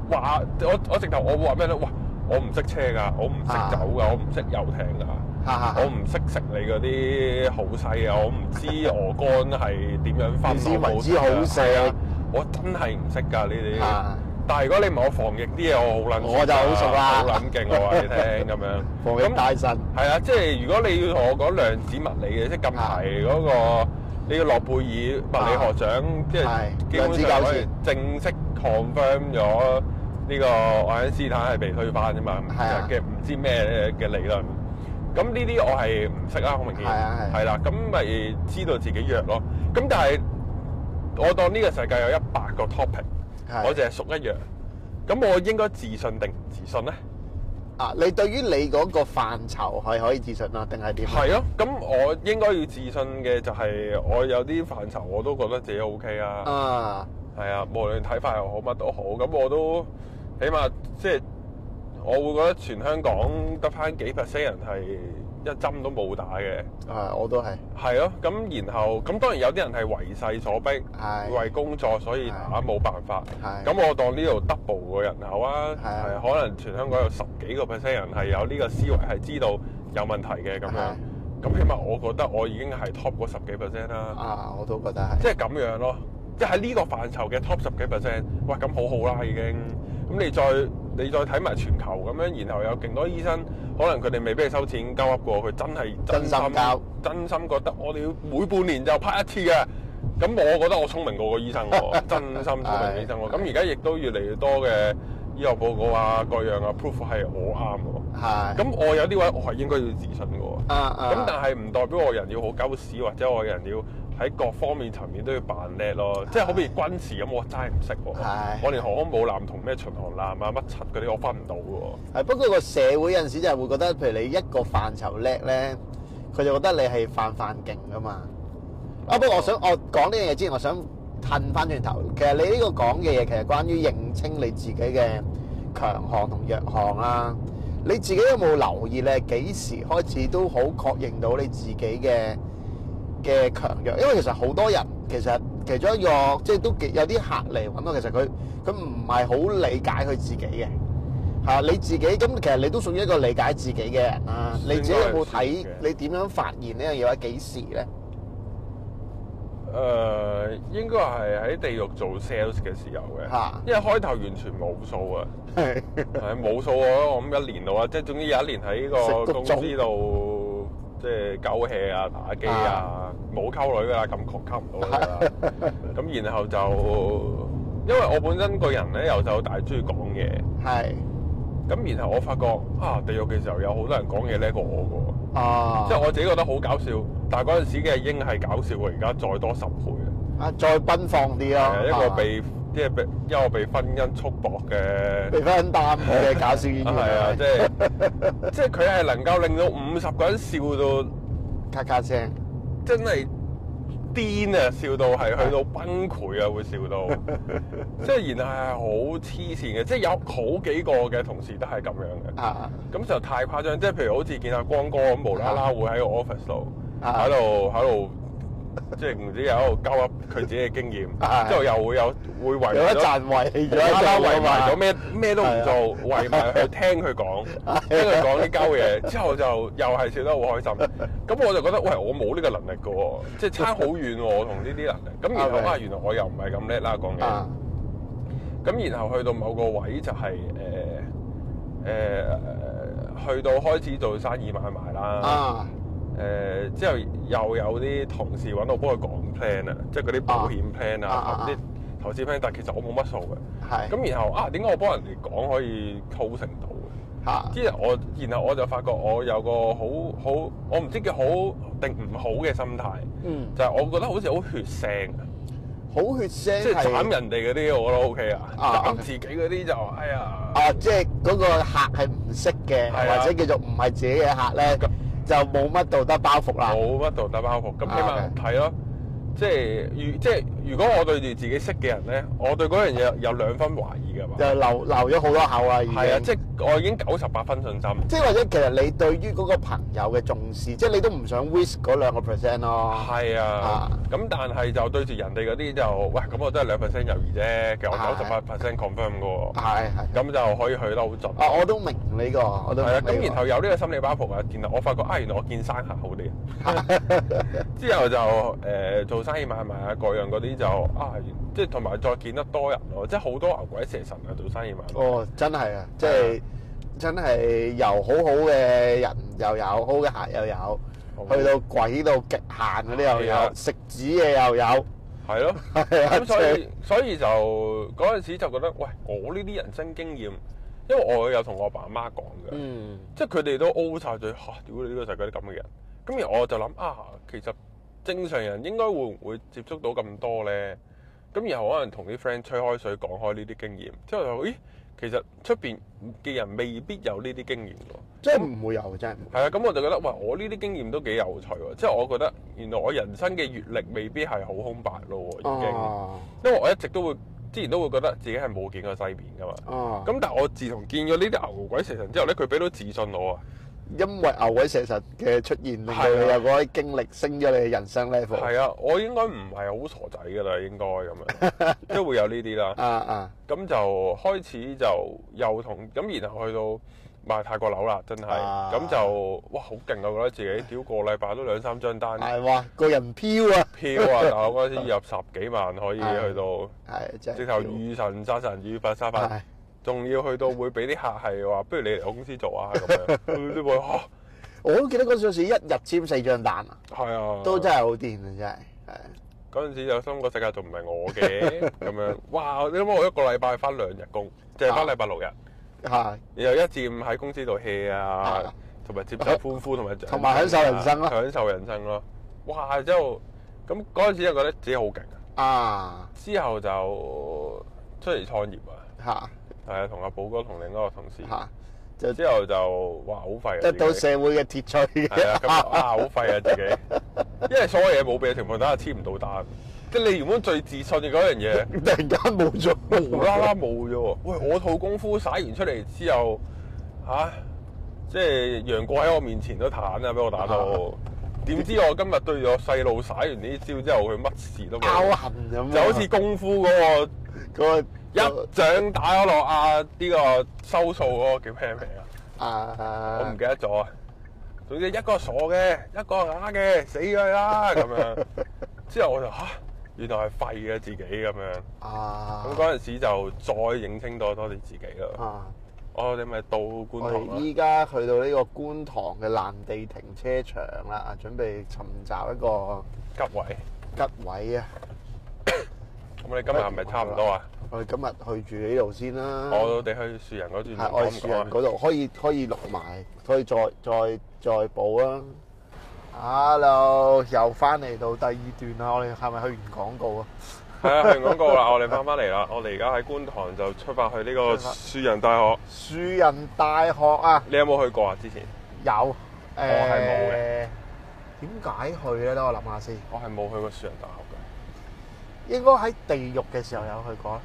Speaker 1: 話我我直頭我會話咩咧？哇！我唔識車㗎，我唔識
Speaker 2: 嚇
Speaker 1: 走㗎，我唔識遊艇㗎，
Speaker 2: 嚇嚇
Speaker 1: 我唔識食你嗰啲好西啊，我唔知鵝肝係點 樣分，
Speaker 2: 唔知
Speaker 1: 我冇
Speaker 2: 為之好食
Speaker 1: 係啊，我真係啊唔識㗎呢啲。
Speaker 2: 嚇
Speaker 1: 但係如果你問我防疫啲嘢，我好撚
Speaker 2: 我就好熟啦
Speaker 1: 好撚勁，我話你聽咁樣。
Speaker 2: 防疫
Speaker 1: 咁
Speaker 2: 大神
Speaker 1: 係啊，即係如果你要同我講量子物理嘅，即係近排嗰個你要諾貝爾物理學獎，即
Speaker 2: 係
Speaker 1: 係基
Speaker 2: 量
Speaker 1: 本
Speaker 2: 子教
Speaker 1: 上可
Speaker 2: 先
Speaker 1: 以正式 confirm 咗呢個愛因斯坦係被推翻啫嘛，
Speaker 2: 係啊
Speaker 1: 嘅唔知咩嘅理論。咁呢啲我係唔識啦，好明顯
Speaker 2: 係啊係
Speaker 1: 係啦，咁咪知道自己弱咯。咁但係我當呢個世界有一百個 topic，
Speaker 2: 係
Speaker 1: 我淨係熟一樣。咁我應該自信定唔自信咧？
Speaker 2: 啊，你對於你嗰個範疇係可以自信啦，定係點？
Speaker 1: 係啊，咁我應該要自信嘅就係我有啲範疇我都覺得自己 O K 啊，
Speaker 2: 啊，
Speaker 1: 係啊，無論睇法又好乜都好，咁我都起碼即係我會覺得全香港得翻幾 percent 人係一針都冇打嘅，
Speaker 2: 啊，我都係，
Speaker 1: 係咯、咁然後咁當然有啲人係為勢所逼，
Speaker 2: 係
Speaker 1: 為工作所以打冇辦法，
Speaker 2: 係
Speaker 1: 咁我當呢度 double 個人口啊，
Speaker 2: 係啊
Speaker 1: 係可能全香港有十幾個 percent 人係有呢個思維係知道有問題嘅咁
Speaker 2: 係
Speaker 1: 樣，咁起碼我覺得我已經係 top 嗰十幾 percent 啦，
Speaker 2: 啊，我都覺得係，
Speaker 1: 即係咁樣咯，即係喺呢個範疇嘅 top 十幾 percent，哇咁好好啦已經，咁你再你再睇埋全球咁樣，然後有勁多醫生，可能佢哋未必係收錢交噏過，佢真係
Speaker 2: 真心交
Speaker 1: 真心覺得我哋要每半年就拍一次嘅。咁我覺得我聰明過個醫生 喎，真心聰明醫生喎。咁而家亦都越嚟越多嘅醫學報告啊，各樣啊 proof 係我啱
Speaker 2: 係，
Speaker 1: 嘅喎。咁我有啲位我係應該要自信嘅喎。
Speaker 2: 啊啊，
Speaker 1: 咁但係唔代表我人要好鳩屎，或者我人要喺各方面層面都要扮叻咯。即係好似軍事咁，我真係唔識
Speaker 2: 係
Speaker 1: 喎。我連航空母艦同咩巡航艦啊乜柒嗰啲我分唔到嘅喎。
Speaker 2: 係不過個社會有陣時就係會覺得，譬如你一個範疇叻咧，佢就覺得你係泛泛勁噶嘛。啊，不過我想我講呢樣嘢之前，我想褪翻轉頭。其實你呢個講嘅嘢，其實關於認清你自己嘅強項同弱項啦。你自己有冇留意咧？幾時開始都好確認到你自己嘅嘅強弱？因為其實好多人其實其中一個即係都幾有啲客嚟揾我，其實佢佢唔係好理解佢自己嘅。係啊你自己咁，其實你都屬於一個理解自己嘅人啦。你自己有冇
Speaker 1: 算係
Speaker 2: 睇
Speaker 1: 算嘅
Speaker 2: 你點樣發現呢樣嘢或者幾時咧？
Speaker 1: 誒、應該係喺地獄做 sales 嘅時候嘅，
Speaker 2: 嚇
Speaker 1: 因為開頭完全冇數啊，
Speaker 2: 係
Speaker 1: 係冇數我我諗一年到啊，即係總之有一年喺
Speaker 2: 食
Speaker 1: 個
Speaker 2: 谷
Speaker 1: 公
Speaker 2: 種
Speaker 1: 司度即係鳩 hea 啊、打機啊，冇溝女㗎啦，咁窮溝唔到女㗎啦， 咁然後就因為我本身個人咧由細到大中意講嘢，
Speaker 2: 係
Speaker 1: 咁然後我發覺啊地獄嘅時候有好多人講嘢叻過我㗎喎。
Speaker 2: 啊，
Speaker 1: 即係我自己覺得好搞笑，但係嗰陣時嘅英係搞笑過而家再多十倍啊！
Speaker 2: 啊再奔放啲
Speaker 1: 係
Speaker 2: 咯，
Speaker 1: 一個
Speaker 2: 啊
Speaker 1: 被即係被一個被婚姻束縛嘅，
Speaker 2: 被 分擔嘅搞笑演員
Speaker 1: 啊係啊，即係即係佢係能夠令到五十個人笑到
Speaker 2: 咔咔聲，
Speaker 1: 真係癲啊，笑到係去到崩潰啊，會笑 到，即係然後係好黐線嘅，即係有好幾個嘅同事都係咁樣嘅，
Speaker 2: 啊
Speaker 1: 咁就太誇張，即係譬如好似見阿光哥咁無啦啦會喺個 office 度
Speaker 2: 啊
Speaker 1: 喺度喺度。即係唔知又喺度交噏佢自己嘅經驗，
Speaker 2: 啊
Speaker 1: 之後又會有會圍
Speaker 2: 有一
Speaker 1: 咗
Speaker 2: 陣圍咗
Speaker 1: 啦啦
Speaker 2: 喺
Speaker 1: 圍
Speaker 2: 度啊
Speaker 1: 埋咗
Speaker 2: 嘛
Speaker 1: 咩咩都唔
Speaker 2: 係啊啊
Speaker 1: 做，圍埋去聽佢講，聽佢講啲鳩嘢，之後就又係笑得好開心。咁我就覺得，喂，我冇呢個能力嘅喎，即係差好遠喎，我同呢啲 能力。咁然後
Speaker 2: Okay
Speaker 1: 啊，原來我又唔係咁叻啦講嘢
Speaker 2: 啊。
Speaker 1: 咁然後去到某個位就係誒誒，去到開始做生意買賣啦。
Speaker 2: 啊
Speaker 1: 誒之後又有啲同事揾我幫佢講 plan 啊，即係嗰啲保險 plan
Speaker 2: 啊啊
Speaker 1: 啊，
Speaker 2: 啊
Speaker 1: 啲投資 plan，但係其實我冇乜數嘅。
Speaker 2: 係咁
Speaker 1: 咁然後啊，點解我幫人哋講可以構成到嘅？
Speaker 2: 嚇
Speaker 1: 之後我，然後我就發覺我有個好好，我唔知叫好定唔好嘅心態，
Speaker 2: 嗯
Speaker 1: 就係我覺得好似好血腥啊，
Speaker 2: 好血腥
Speaker 1: 即係
Speaker 2: 係
Speaker 1: 斬人哋嗰啲我覺得 OK 啊，
Speaker 2: 啊
Speaker 1: 斬自己嗰啲就哎呀，
Speaker 2: 啊，即係嗰個客係唔識嘅，
Speaker 1: 係啊
Speaker 2: 或者叫做唔係自己嘅客咧
Speaker 1: 咁，
Speaker 2: 就冇乜道德包袱啦。
Speaker 1: 冇乜道德包袱，咁起
Speaker 2: 啊
Speaker 1: 碼睇咯。即係如即係如果我對住自己識嘅人咧，我對嗰樣嘢有兩分懷疑㗎嘛。
Speaker 2: 就留留咗好多口啊，已經。
Speaker 1: 係啊，即係我已經九十八分信心。
Speaker 2: 即係或者其實你對於嗰個朋友嘅重視，即係你都唔想 risk 嗰兩個 percent 咯。
Speaker 1: 係啊
Speaker 2: 啊，
Speaker 1: 咁但係就對住人哋嗰啲就，喂，咁我都係兩 percent 猶豫啫，其實我
Speaker 2: 係
Speaker 1: 九十八 percent confirm 嘅喎，
Speaker 2: 係係。
Speaker 1: 咁就可以去得好盡。
Speaker 2: 啊，我都明呢個，我都
Speaker 1: 係
Speaker 2: 明
Speaker 1: 啦，
Speaker 2: 呢個。
Speaker 1: 咁然後有呢個心理包袱啊，然後我發覺啊，原來我見生客好啲，啊 之後就誒、呃做生意買賣啊，各樣嗰啲就啊，即係同埋再見得多人咯，即係好多牛鬼蛇神啊，做生意買賣。
Speaker 2: 哦，真係啊，即係真係由好好嘅人又有，好嘅客又有，去到鬼到極限嗰啲又
Speaker 1: 係啊
Speaker 2: 有，食紙嘅又有。
Speaker 1: 係咯，
Speaker 2: 係啊
Speaker 1: 咁所以所以就嗰陣時就覺得，喂，我呢啲人生經驗，因為我有同我爸媽講嘅。
Speaker 2: 嗯，
Speaker 1: 即係佢哋都 O 晒嘴嚇，屌你呢個世界啲咁嘅人。咁然後我就諗啊，其實正常人應該會唔會接觸到咁多咧？咁然後可能同啲 friend 吹開水講開呢啲經驗，之後就咦，其實出邊嘅人未必有呢啲經驗喎。
Speaker 2: 真係唔會有，真係唔會。
Speaker 1: 係啊，咁我就覺得哇，我呢啲經驗都幾有趣喎。即係我覺得原來我人生嘅閲歷未必係好空白咯喎，已經。
Speaker 2: 哦，
Speaker 1: 因為我一直都會之前都會覺得自己係冇見過世面噶嘛。
Speaker 2: 哦，咁
Speaker 1: 咁但係我自從見咗呢啲牛鬼蛇神之後咧，佢俾到自信我啊。
Speaker 2: 因為牛鬼蛇神嘅出現，令到你
Speaker 1: 係啊
Speaker 2: 有嗰啲經歷升咗你嘅人生 level。
Speaker 1: 係啊，我應該唔係好傻仔㗎啦，應該咁 樣，即係會有呢啲啦。
Speaker 2: 啊啊，
Speaker 1: 咁就開始就又同咁，然後去到賣泰國樓啦，真係
Speaker 2: 啊
Speaker 1: 咁就哇好勁啊！我覺得自己屌個禮拜都兩三張單
Speaker 2: 係哇，個人飄啊，
Speaker 1: 票啊！但我嗰陣時入十幾萬可以
Speaker 2: 係
Speaker 1: 去到，
Speaker 2: 係真係
Speaker 1: 直頭
Speaker 2: 飄
Speaker 1: 遇神殺神遇佛殺佛
Speaker 2: 係，
Speaker 1: 仲要去到會俾啲客係話，不如你嚟我公司做啊咁 樣，你會啊嚇
Speaker 2: 我都記得嗰陣時一日簽四張單啊，
Speaker 1: 係啊，
Speaker 2: 都真係好癲啊，真係。係
Speaker 1: 嗰陣時有心個世界仲唔係我嘅 咁樣，哇！你諗下我一個禮拜翻兩日工，淨係翻
Speaker 2: 啊
Speaker 1: 禮拜六日，
Speaker 2: 嚇，
Speaker 1: 然後一至五喺公司度 hea 啊
Speaker 2: 啊，
Speaker 1: 同埋接受歡呼，同埋 啊
Speaker 2: 同埋享受人生咯
Speaker 1: 享受人生咯。哇！之後咁嗰陣時就覺得自己好勁，
Speaker 2: 啊
Speaker 1: 之後就出嚟創業啊，
Speaker 2: 嚇
Speaker 1: 係啊，同阿寶哥同另一個同事，
Speaker 2: 嚇，就
Speaker 1: 之後就哇好廢啊，
Speaker 2: 得到
Speaker 1: 自己
Speaker 2: 社會嘅鐵錘
Speaker 1: 係啊，咁
Speaker 2: 嘅。
Speaker 1: 啊好廢啊自 己，因為所有嘢冇俾嘅情況底下簽唔到單，即係你原本最自信嘅嗰樣嘢。
Speaker 2: 突然間冇咗，
Speaker 1: 無啦啦冇咗喎！喂，我套功夫耍完出嚟之後，嚇、即係楊過喺我面前都彈啊，俾我打到。點知我今日對咗細路耍完呢招之後，佢乜事都
Speaker 2: 拗
Speaker 1: 冇，
Speaker 2: 痕咁啊，
Speaker 1: 就好似功夫嗰、
Speaker 2: 嗰
Speaker 1: 個
Speaker 2: 個
Speaker 1: 一掌打咗落啊呢、個收數嗰個叫咩名啊？我唔
Speaker 2: 啊
Speaker 1: 記得咗啊。總之一個傻嘅，一個啞嘅，死咗佢啦咁 樣。之後我就嚇、原來係廢嘅自己咁樣。
Speaker 2: 啊
Speaker 1: 咁嗰陣時就再認清多多啲自己啦。
Speaker 2: 啊！
Speaker 1: 我哋哦咪到觀塘
Speaker 2: 我哋
Speaker 1: 咯，
Speaker 2: 依家去到呢個觀塘嘅爛地停車場啦，啊準備尋找一個
Speaker 1: 急位。
Speaker 2: 吉位啊！
Speaker 1: 咁你今日係咪差唔多啊？
Speaker 2: 我哋今日去住呢度先啦。
Speaker 1: 我哋去樹人嗰段
Speaker 2: 嗯係
Speaker 1: 講
Speaker 2: 我
Speaker 1: 唔
Speaker 2: 哋樹人
Speaker 1: 講啊？
Speaker 2: 嗰度可以可以錄埋，可以再再再補啊。Hello，又翻嚟到第二段啦，我哋係咪去完廣告啊？
Speaker 1: 係啊，去完廣告啦，我哋翻返嚟啦。我哋而家喺觀塘就出發去呢個
Speaker 2: 出發
Speaker 1: 樹人大學。
Speaker 2: 樹人大學啊，
Speaker 1: 你有冇去過啊？之前
Speaker 2: 有誒，
Speaker 1: 係冇嘅
Speaker 2: 點解去咧？等我諗下先。
Speaker 1: 我係冇去過樹人大學嘅，
Speaker 2: 應該喺地獄嘅時候有去過啦。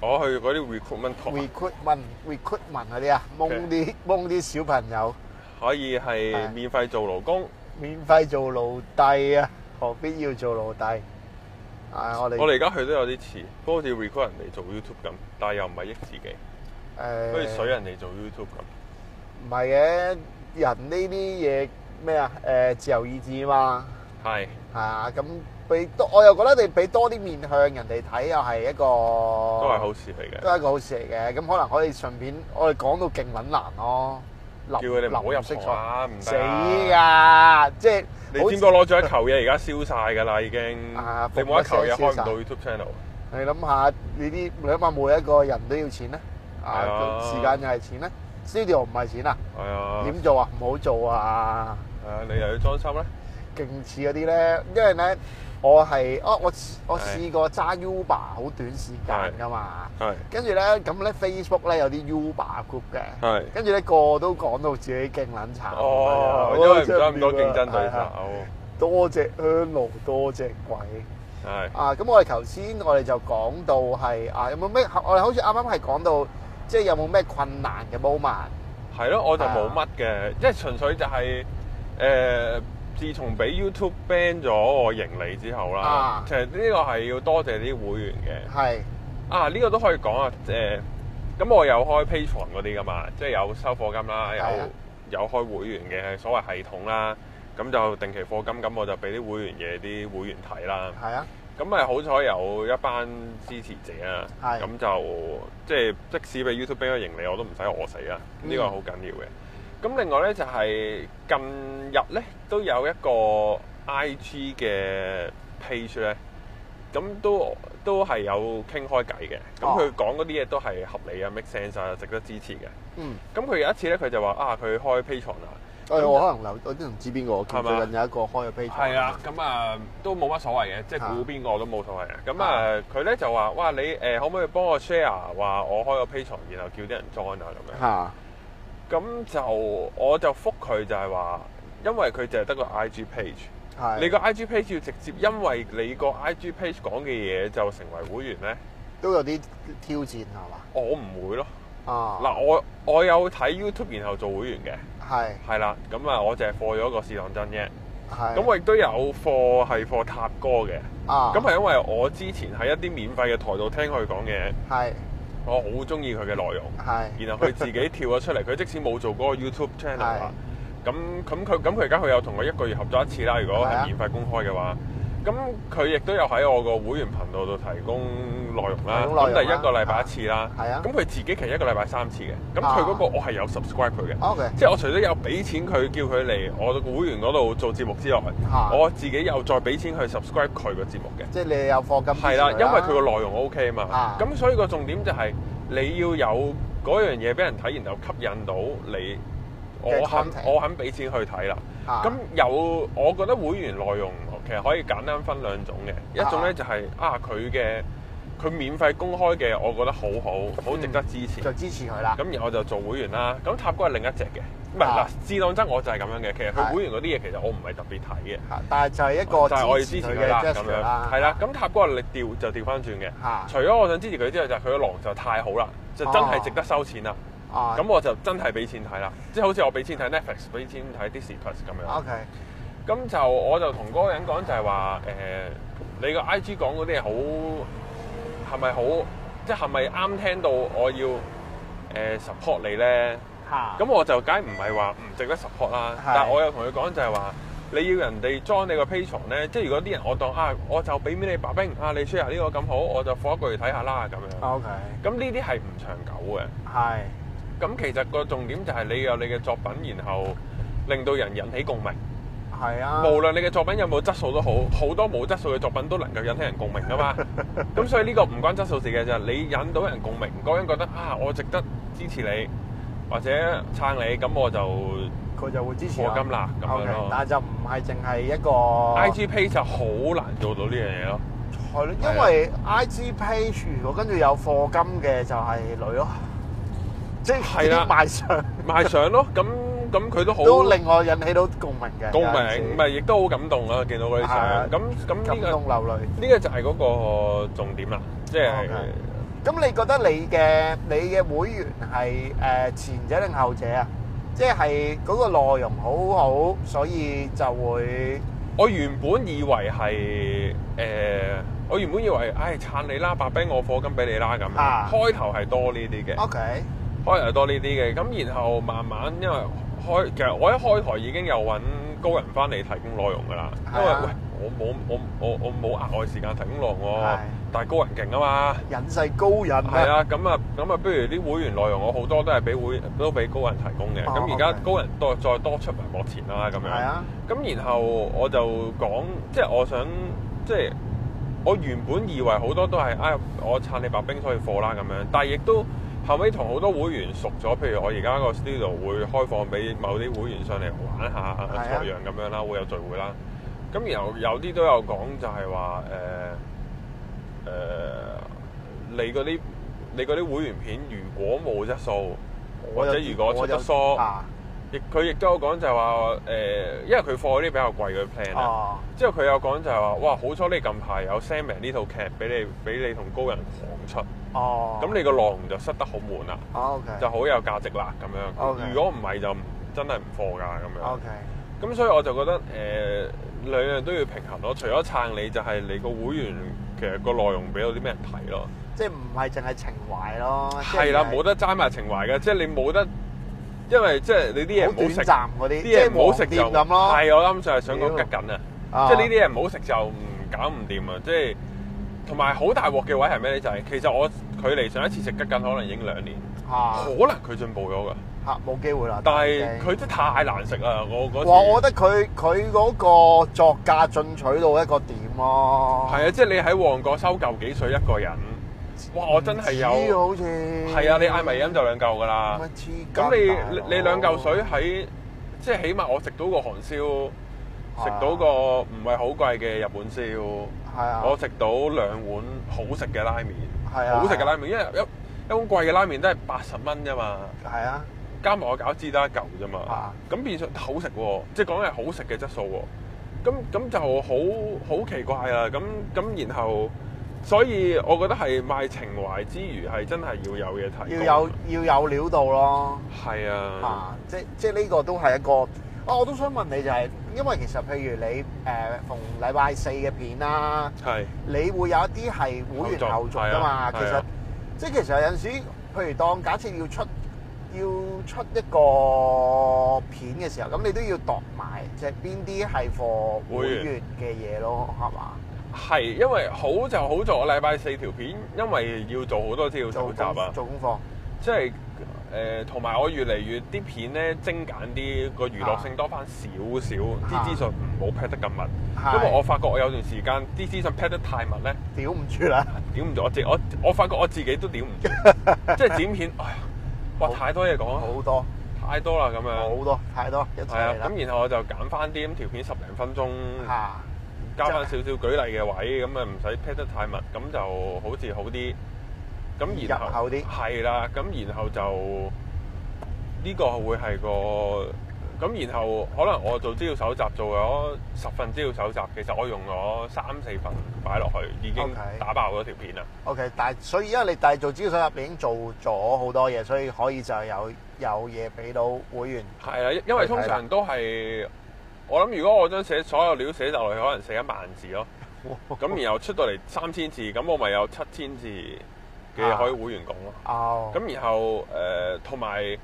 Speaker 1: 我去嗰啲 recruitment 堂
Speaker 2: recruitment recruitment 嗰啲啊，蒙啲蒙啲小朋友
Speaker 1: 可以係
Speaker 2: 係
Speaker 1: 免費做勞工。
Speaker 2: 免費做奴隸啊，何必要做奴隸？啊，我哋
Speaker 1: 我哋而家去都有啲似，都好似 recruit 人哋做 YouTube 咁，但係又唔係益自己，
Speaker 2: 誒，
Speaker 1: 好似水人哋做 YouTube 咁。
Speaker 2: 唔係嘅，人呢啲嘢咩啊？誒、自由意志啊嘛，
Speaker 1: 係
Speaker 2: 係啊，咁俾多，我又覺得你俾多啲面向人哋睇，又係一個
Speaker 1: 都
Speaker 2: 都
Speaker 1: 係好事嚟
Speaker 2: 都
Speaker 1: 嘅，
Speaker 2: 係一個好事嚟嘅。咁可能可以順便，我哋講到勁揾難咯。叫
Speaker 1: 叫佢哋唔好入行啊，唔
Speaker 2: 死
Speaker 1: 得啊
Speaker 2: 㗎！即係
Speaker 1: 你
Speaker 2: 好
Speaker 1: 尖哥攞咗一球嘢，而家燒晒㗎啦，已經。
Speaker 2: 啊
Speaker 1: 你冇一球嘢開
Speaker 2: 服務
Speaker 1: 唔
Speaker 2: 聲
Speaker 1: 到
Speaker 2: 燒
Speaker 1: YouTube channel。
Speaker 2: 你諗下，你啲你諗下每一個人都要錢咧，
Speaker 1: 係啊
Speaker 2: 啊，時間又係錢咧，studio 唔係錢啊，
Speaker 1: 係啊，
Speaker 2: 點做啊？唔好做啊！
Speaker 1: 係啊，你又要裝修咧？
Speaker 2: 勁似嗰啲咧，因為咧我係哦，我我
Speaker 1: 係
Speaker 2: 試過揸 Uber 好短時間噶嘛，
Speaker 1: 係
Speaker 2: 跟住咧咁咧 Facebook 咧有啲 Uber group 嘅，
Speaker 1: 係。
Speaker 2: 跟住咧個個都講到自己勁撚慘，
Speaker 1: 哦，因
Speaker 2: 啊我
Speaker 1: 為唔想咁多
Speaker 2: 真
Speaker 1: 競爭
Speaker 2: 係唔
Speaker 1: 對
Speaker 2: 掂啊，
Speaker 1: 手。
Speaker 2: 係啊多隻香爐多隻鬼。
Speaker 1: 係
Speaker 2: 啊，咁我哋頭先我哋就講到係啊，有冇咩？我哋好似啱啱係講到，即係有冇咩困難嘅 moment？
Speaker 1: 係咯，我就冇
Speaker 2: 啊
Speaker 1: 乜嘅，即係純粹就係誒，自從俾 YouTube ban 咗我盈利之後啦
Speaker 2: 啊，
Speaker 1: 其實呢個係要多謝啲會員嘅。
Speaker 2: 係
Speaker 1: 啊，呢個都可以講啊，誒，咁我有開 Patreon 嗰啲噶嘛，即係有收課金啦，
Speaker 2: 係啊
Speaker 1: 有有開會員嘅所謂系統啦，咁就定期課金，咁我就俾啲會員嘅啲會員睇啦。
Speaker 2: 係啊，
Speaker 1: 咁咪好彩有一班支持者啊，
Speaker 2: 係
Speaker 1: 咁就即係即使俾 YouTube 俾咗盈利，我都唔使餓死啊！
Speaker 2: 嗯
Speaker 1: 呢個係好緊要嘅。咁另外咧就係、近日咧都有一個 IG 嘅 page 咧，咁都都係有傾開偈嘅。咁
Speaker 2: 哦
Speaker 1: 佢講嗰啲嘢都係合理啊、make sense 啊、值得支持嘅。
Speaker 2: 嗯，
Speaker 1: 咁佢有一次咧，佢就話啊，佢開 Patreon 啦。
Speaker 2: 誒我可能留，我都唔知邊個，我見
Speaker 1: 係嘛
Speaker 2: 最近有一個開咗 page，
Speaker 1: 係啊，，咁啊都冇乜所謂嘅，即係
Speaker 2: 啊
Speaker 1: 估邊個都冇所謂嘅。咁啊，佢咧就話：哇，你誒、可唔可以幫我 share 啊話我開個 Patreon，然後叫啲人 join 啊
Speaker 2: 嚇
Speaker 1: 咁樣。咁就我就覆佢就係話，因為佢就係得個 IG page，
Speaker 2: 係
Speaker 1: 你個 IG page 要直接因為你個 IG page 講嘅嘢就成為會員咧，
Speaker 2: 都有啲挑戰係嘛？
Speaker 1: 我唔會咯。
Speaker 2: 啊，
Speaker 1: 嗱，我我有睇 YouTube 然後做會員嘅，
Speaker 2: 係
Speaker 1: 係啦，咁啊我就係課咗個試當真啫。
Speaker 2: 係
Speaker 1: 咁我亦都有課係課塔哥嘅。
Speaker 2: 啊
Speaker 1: 咁係因為我之前喺一啲免費嘅台度聽佢講嘢，
Speaker 2: 係
Speaker 1: 我好中意佢嘅內容，
Speaker 2: 係
Speaker 1: 然後佢自己跳咗出嚟，佢即使冇做嗰個 YouTube channel 啊，咁咁佢咁佢而家佢有同我一個月合作一次啦，如果
Speaker 2: 係
Speaker 1: 係
Speaker 2: 啊
Speaker 1: 免費公開嘅話，咁佢亦都有喺我個會員頻道度提供內容啦，
Speaker 2: 提供
Speaker 1: 咁
Speaker 2: 內容啦
Speaker 1: 第一個禮拜一次啦，
Speaker 2: 係啊
Speaker 1: 咁佢自己其實一個禮拜三次嘅，咁
Speaker 2: 啊
Speaker 1: 佢嗰個我係有 subscribe 佢嘅。
Speaker 2: ，OK，
Speaker 1: 即係我除咗有俾錢佢叫佢嚟我會員嗰度做節目之外，
Speaker 2: 啊
Speaker 1: 我自己又再俾錢去 subscribe 佢個節目嘅。
Speaker 2: 即係你有課金支持
Speaker 1: 係啦，因為佢個
Speaker 2: 啦
Speaker 1: 內容 O K 嘛
Speaker 2: 啊，
Speaker 1: 咁、所以個重點就係你要有嗰樣嘢俾人睇，然後吸引到你，
Speaker 2: 嘅
Speaker 1: 我肯
Speaker 2: content
Speaker 1: 我肯俾錢去睇啦。
Speaker 2: 啊
Speaker 1: 咁、有我覺得會員內容其實可以簡單分兩種嘅，一種咧
Speaker 2: 啊
Speaker 1: 就係、啊佢嘅佢免費公開嘅，我覺得好好，好值得支持。
Speaker 2: 就支持嗯佢啦，
Speaker 1: 咁然後我就做會員啦。咁塔哥係另一隻嘅，唔係嗱
Speaker 2: 啊，
Speaker 1: 自當真我就係咁樣嘅。其實佢
Speaker 2: 係
Speaker 1: 會員嗰啲嘢其實我唔係特別睇嘅，
Speaker 2: 啊但係就係一個
Speaker 1: 就係我要支
Speaker 2: 支
Speaker 1: 持
Speaker 2: 持
Speaker 1: 佢
Speaker 2: 佢
Speaker 1: 啦
Speaker 2: 嘅
Speaker 1: 咁
Speaker 2: gesture
Speaker 1: 樣。
Speaker 2: 啦，
Speaker 1: 係啦，咁塔哥你調就調翻轉嘅。
Speaker 2: 嚇
Speaker 1: 除咗我想支持佢之外，就係佢嘅狼就太好啦，就真係
Speaker 2: 哦
Speaker 1: 值得收錢啦。
Speaker 2: 啊
Speaker 1: 咁我就真係俾錢睇啦，即係好似我俾錢睇 Netflix，俾錢睇 Disney Plus 咁樣。
Speaker 2: OK。
Speaker 1: 咁就我就同嗰個人講就係話誒，你個 IG 講嗰啲嘢好係咪好，即係係咪啱聽到我要誒、呃 support 你咧？
Speaker 2: 嚇
Speaker 1: 咁我就梗係唔係話唔值得 support 啦，
Speaker 2: 係
Speaker 1: 但係我有同佢講就係話，你要人哋 join 你個 patron 咧，即係如果啲人我當啊，我就俾面你白冰啊，你 share 呢個咁好，我就放一個月睇下啦咁樣。
Speaker 2: OK，
Speaker 1: 咁呢啲係唔長久嘅。
Speaker 2: 係
Speaker 1: 咁其實個重點就係你有你嘅作品，然後令到人引起共鳴。
Speaker 2: 係啊，
Speaker 1: 無論你嘅作品有冇質素都好，好多冇質素嘅作品都能夠引起人共鳴噶嘛。咁所以呢個唔關質素事嘅就係你引到人共鳴，嗰個人覺得啊，我值得支持你或者撐你，咁我就。
Speaker 2: 佢就會支持
Speaker 1: 課金啦咁樣
Speaker 2: OK，
Speaker 1: 咯
Speaker 2: 但係就唔係淨係一個
Speaker 1: I G page 就好難做到呢樣嘢咯。
Speaker 2: 係咯，因為 IG page 如果跟住有課金嘅就係女咯，即係
Speaker 1: 係啦
Speaker 2: 賣相
Speaker 1: 賣相咯，咁咁咁佢都好
Speaker 2: 都令我引起到共鳴嘅。
Speaker 1: 共
Speaker 2: 有陣時
Speaker 1: 鳴，唔係亦都好感動啊！見到嗰啲
Speaker 2: 啊
Speaker 1: 相，咁咁
Speaker 2: 感
Speaker 1: 呢個
Speaker 2: 動流淚。
Speaker 1: 呢個就係嗰個重點啦，即係
Speaker 2: OK 咁你覺得你嘅你嘅會員係誒、呃前者定後者啊？即係嗰個內容好好，所以就會
Speaker 1: 我原本以為係誒，我原本以為唉撐你啦，白兵我課金俾你啦咁樣，
Speaker 2: 啊
Speaker 1: 開頭係多呢啲嘅。
Speaker 2: OK
Speaker 1: 開頭多呢啲嘅，咁然後慢慢因為開，其實我一開台已經有揾高人翻嚟提供內容㗎啦，因為
Speaker 2: 係啊
Speaker 1: 喂我冇我我我冇額外時間提供內容
Speaker 2: 係
Speaker 1: 喎，但係高人勁啊嘛，
Speaker 2: 人世高人
Speaker 1: 係啊，咁啊咁啊，不如啲會員內容我好多都係俾會都俾高人提供嘅，
Speaker 2: 哦
Speaker 1: 咁而家
Speaker 2: OK
Speaker 1: 高人多再多出埋幕前啦咁樣，
Speaker 2: 係啊，
Speaker 1: 咁然後我就講即係我想即係。我原本以為好多都係啊、我撐你白冰所以貨啦咁樣，但係亦都後尾同好多會員熟咗，譬如我而家個 studio 會開放俾某啲會員上嚟玩下
Speaker 2: 係啊
Speaker 1: 採樣咁樣啦，會有聚會啦。咁然後有啲都有講就係話誒誒，你嗰啲你嗰啲會員片如果冇質素，
Speaker 2: 我
Speaker 1: 或者
Speaker 2: 就
Speaker 1: 如果出
Speaker 2: 我
Speaker 1: 得
Speaker 2: 就
Speaker 1: 疏，
Speaker 2: 啊
Speaker 1: 亦佢亦都有講就係話誒，因為佢貨嗰啲比較貴嘅 plan 啊。
Speaker 2: 哦
Speaker 1: 之後佢有講就係話，哇！好彩你近排有 Sandman 呢套劇俾你俾你同高人狂出，
Speaker 2: 哦，
Speaker 1: 咁你個內容就塞得好滿啦，
Speaker 2: 哦 OK
Speaker 1: 就好有價值啦咁樣。
Speaker 2: OK
Speaker 1: 如果唔係就唔真係唔貨㗎咁樣。
Speaker 2: OK
Speaker 1: 咁所以我就覺得誒、呃、兩樣都要平衡咯，除咗撐你就係你個會員其實個內容俾到啲咩人睇咯。
Speaker 2: 即係唔係淨係情懷咯？啊即
Speaker 1: 係啦，冇
Speaker 2: 得
Speaker 1: 得齋埋情懷嘅，即係你冇得，因為即係你啲嘢
Speaker 2: 好
Speaker 1: 唔好
Speaker 2: 短
Speaker 1: 食，
Speaker 2: 暫嗰啲，
Speaker 1: 啲
Speaker 2: 即
Speaker 1: 嘢
Speaker 2: 係
Speaker 1: 唔好食
Speaker 2: 黃
Speaker 1: 就
Speaker 2: 店咁咯。
Speaker 1: 係我啱就係想講吉
Speaker 2: 屌
Speaker 1: 緊啊。
Speaker 2: 啊
Speaker 1: 即係呢啲嘢唔好食就唔搞唔掂啊！即係同埋好大鑊嘅位係咩咧？就係、其實我距離上一次食吉緊可能已經兩年，
Speaker 2: 啊
Speaker 1: 可能佢進步咗㗎，
Speaker 2: 嚇冇機會啦。
Speaker 1: 但係
Speaker 2: 已經
Speaker 1: 佢真係太難食啦！我嗰次
Speaker 2: 哇！我覺得佢佢嗰個作價進取到一個點咯，
Speaker 1: 係啊，即係你喺旺角收嚿幾水一個人，哇！我真係
Speaker 2: 唔止
Speaker 1: 有
Speaker 2: 好似
Speaker 1: 係啊！你嗌迷飲就兩嚿㗎啦，
Speaker 2: 咪黐
Speaker 1: 咁
Speaker 2: 筋
Speaker 1: 你
Speaker 2: 大佬
Speaker 1: 你你兩嚿水喺即係起碼我食到個韓燒，食到個唔係好貴嘅日本燒。
Speaker 2: 係啊，
Speaker 1: 我食到兩碗好食嘅拉麵，
Speaker 2: 係啊
Speaker 1: 好食嘅拉麵，因為一一碗貴嘅拉麵都係八十蚊啫嘛，
Speaker 2: 係啊
Speaker 1: 加埋我餃子得一嚿啫嘛
Speaker 2: 啊，
Speaker 1: 咁變相好食喎，即係講係好食嘅質素喎，咁咁就好好奇怪啦，咁咁然後，所以我覺得係賣情懷之餘，係真係要有嘢提
Speaker 2: 要
Speaker 1: 供，
Speaker 2: 有要有料到咯
Speaker 1: 係啊，
Speaker 2: 啊！即即呢個都係一個啊！我都想問你就係、因為其實譬如你誒、呃逢禮拜四嘅片啦，
Speaker 1: 係
Speaker 2: 你會有一啲係會員後續㗎嘛，
Speaker 1: 後續係啊
Speaker 2: 其
Speaker 1: 係
Speaker 2: 實
Speaker 1: 啊
Speaker 2: 即其實有陣時，譬如當假設要出要出一個片嘅時候，咁你都要度埋即係邊啲係 for 會
Speaker 1: 會員
Speaker 2: 員嘅嘢咯，係嘛？
Speaker 1: 係，因為好就好在我禮拜四條片，因為要做好多資料搜
Speaker 2: 做
Speaker 1: 集啊
Speaker 2: 功。做功課。
Speaker 1: 即係誒，同、埋我越嚟越啲片咧精簡啲，個娛樂性多翻少少，啲、
Speaker 2: 啊
Speaker 1: 資訊唔好 pack 得咁密。
Speaker 2: 係
Speaker 1: 因為我發覺我有段時間啲資訊 pack 得太密咧，
Speaker 2: 屌唔住 啦，
Speaker 1: 屌唔住我自我我發覺我自己都屌唔住， 即係剪片，哎呀，哇
Speaker 2: 好
Speaker 1: 太多嘢講啦，
Speaker 2: 好多
Speaker 1: 太多啦咁樣。
Speaker 2: 好多太多一齊
Speaker 1: 係啊
Speaker 2: 嚟，啦
Speaker 1: 咁然後我就減翻啲咁條片十零分鐘，
Speaker 2: 嚇
Speaker 1: 加翻少少舉例嘅位，咁啊唔使 pack 得太密，咁就好似好啲。咁然
Speaker 2: 入
Speaker 1: 後
Speaker 2: 口啲
Speaker 1: 係啦，咁然後就呢、個會係個咁，然後可能我做資料搜集做咗十份資料搜集，其實我用咗三四份擺落去，已經
Speaker 2: OK
Speaker 1: 打爆咗條片啦。
Speaker 2: OK，但係所以因為你但係做資料搜集已經做咗好多嘢，所以可以就有有嘢俾到會員
Speaker 1: 係啦，因因為通常都係我諗，如果我將寫所有料寫晒落去，可能寫一萬字咯。
Speaker 2: 哦
Speaker 1: 咁然後出到嚟三千字，咁我咪有七千字
Speaker 2: 啊
Speaker 1: 嘅可以會員講咯。
Speaker 2: 哦，
Speaker 1: 咁然後誒，同、埋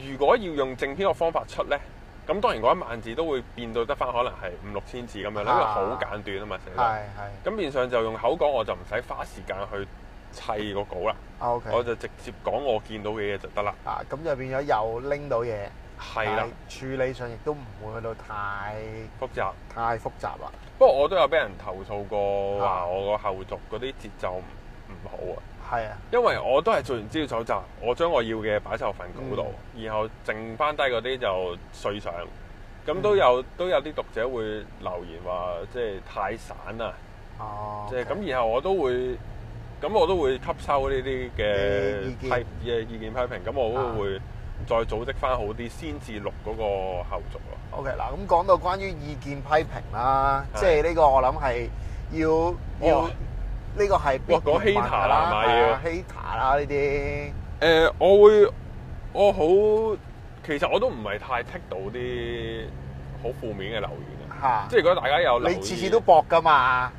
Speaker 1: 如果要用正篇嘅方法出咧，咁當然嗰一萬字都會變到得翻可能係五六千字咁樣啦，因為
Speaker 2: 啊
Speaker 1: 好簡短啊嘛寫得。
Speaker 2: 係係
Speaker 1: 咁變相就用口講，我就唔使花時間去砌個稿啦，
Speaker 2: 哦 OK。
Speaker 1: 我就直接講我見到嘅嘢就得啦。
Speaker 2: 啊，咁就變咗又拎到嘢，
Speaker 1: 係啦，，
Speaker 2: 處理上亦都唔會去到太
Speaker 1: 複雜。
Speaker 2: 太複雜啦。
Speaker 1: 不過我都有俾人投訴過話
Speaker 2: 啊
Speaker 1: 我個後續嗰啲節奏唔唔好啊，
Speaker 2: 係啊，
Speaker 1: 因為我都係做完資料搜集，我將我要嘅擺晒落份稿度，
Speaker 2: 嗯
Speaker 1: 然後剩翻低嗰啲就碎上。咁
Speaker 2: 嗯
Speaker 1: 都有都有啲讀者會留言話，即係太散啦，
Speaker 2: 哦，
Speaker 1: 即係咁，然後我都會咁我都會吸收呢啲嘅
Speaker 2: 啲意見啊
Speaker 1: 批嘅意見批評，咁我都會再組織翻好啲，先至錄嗰個後續咯。
Speaker 2: OK 嗱，咁講到關於意見批評啦，
Speaker 1: 係
Speaker 2: 即係呢個我諗係要要
Speaker 1: 哇
Speaker 2: 呢個係必
Speaker 1: 哇講
Speaker 2: 要問㗎
Speaker 1: hater 啦買嘢
Speaker 2: 係啊，hater 啦呢啲，
Speaker 1: 誒、我會我好，其實我都唔係太剔到啲好負面嘅留言嘅，
Speaker 2: 嚇
Speaker 1: 即係如果大家有留意，
Speaker 2: 你次次都搏㗎嘛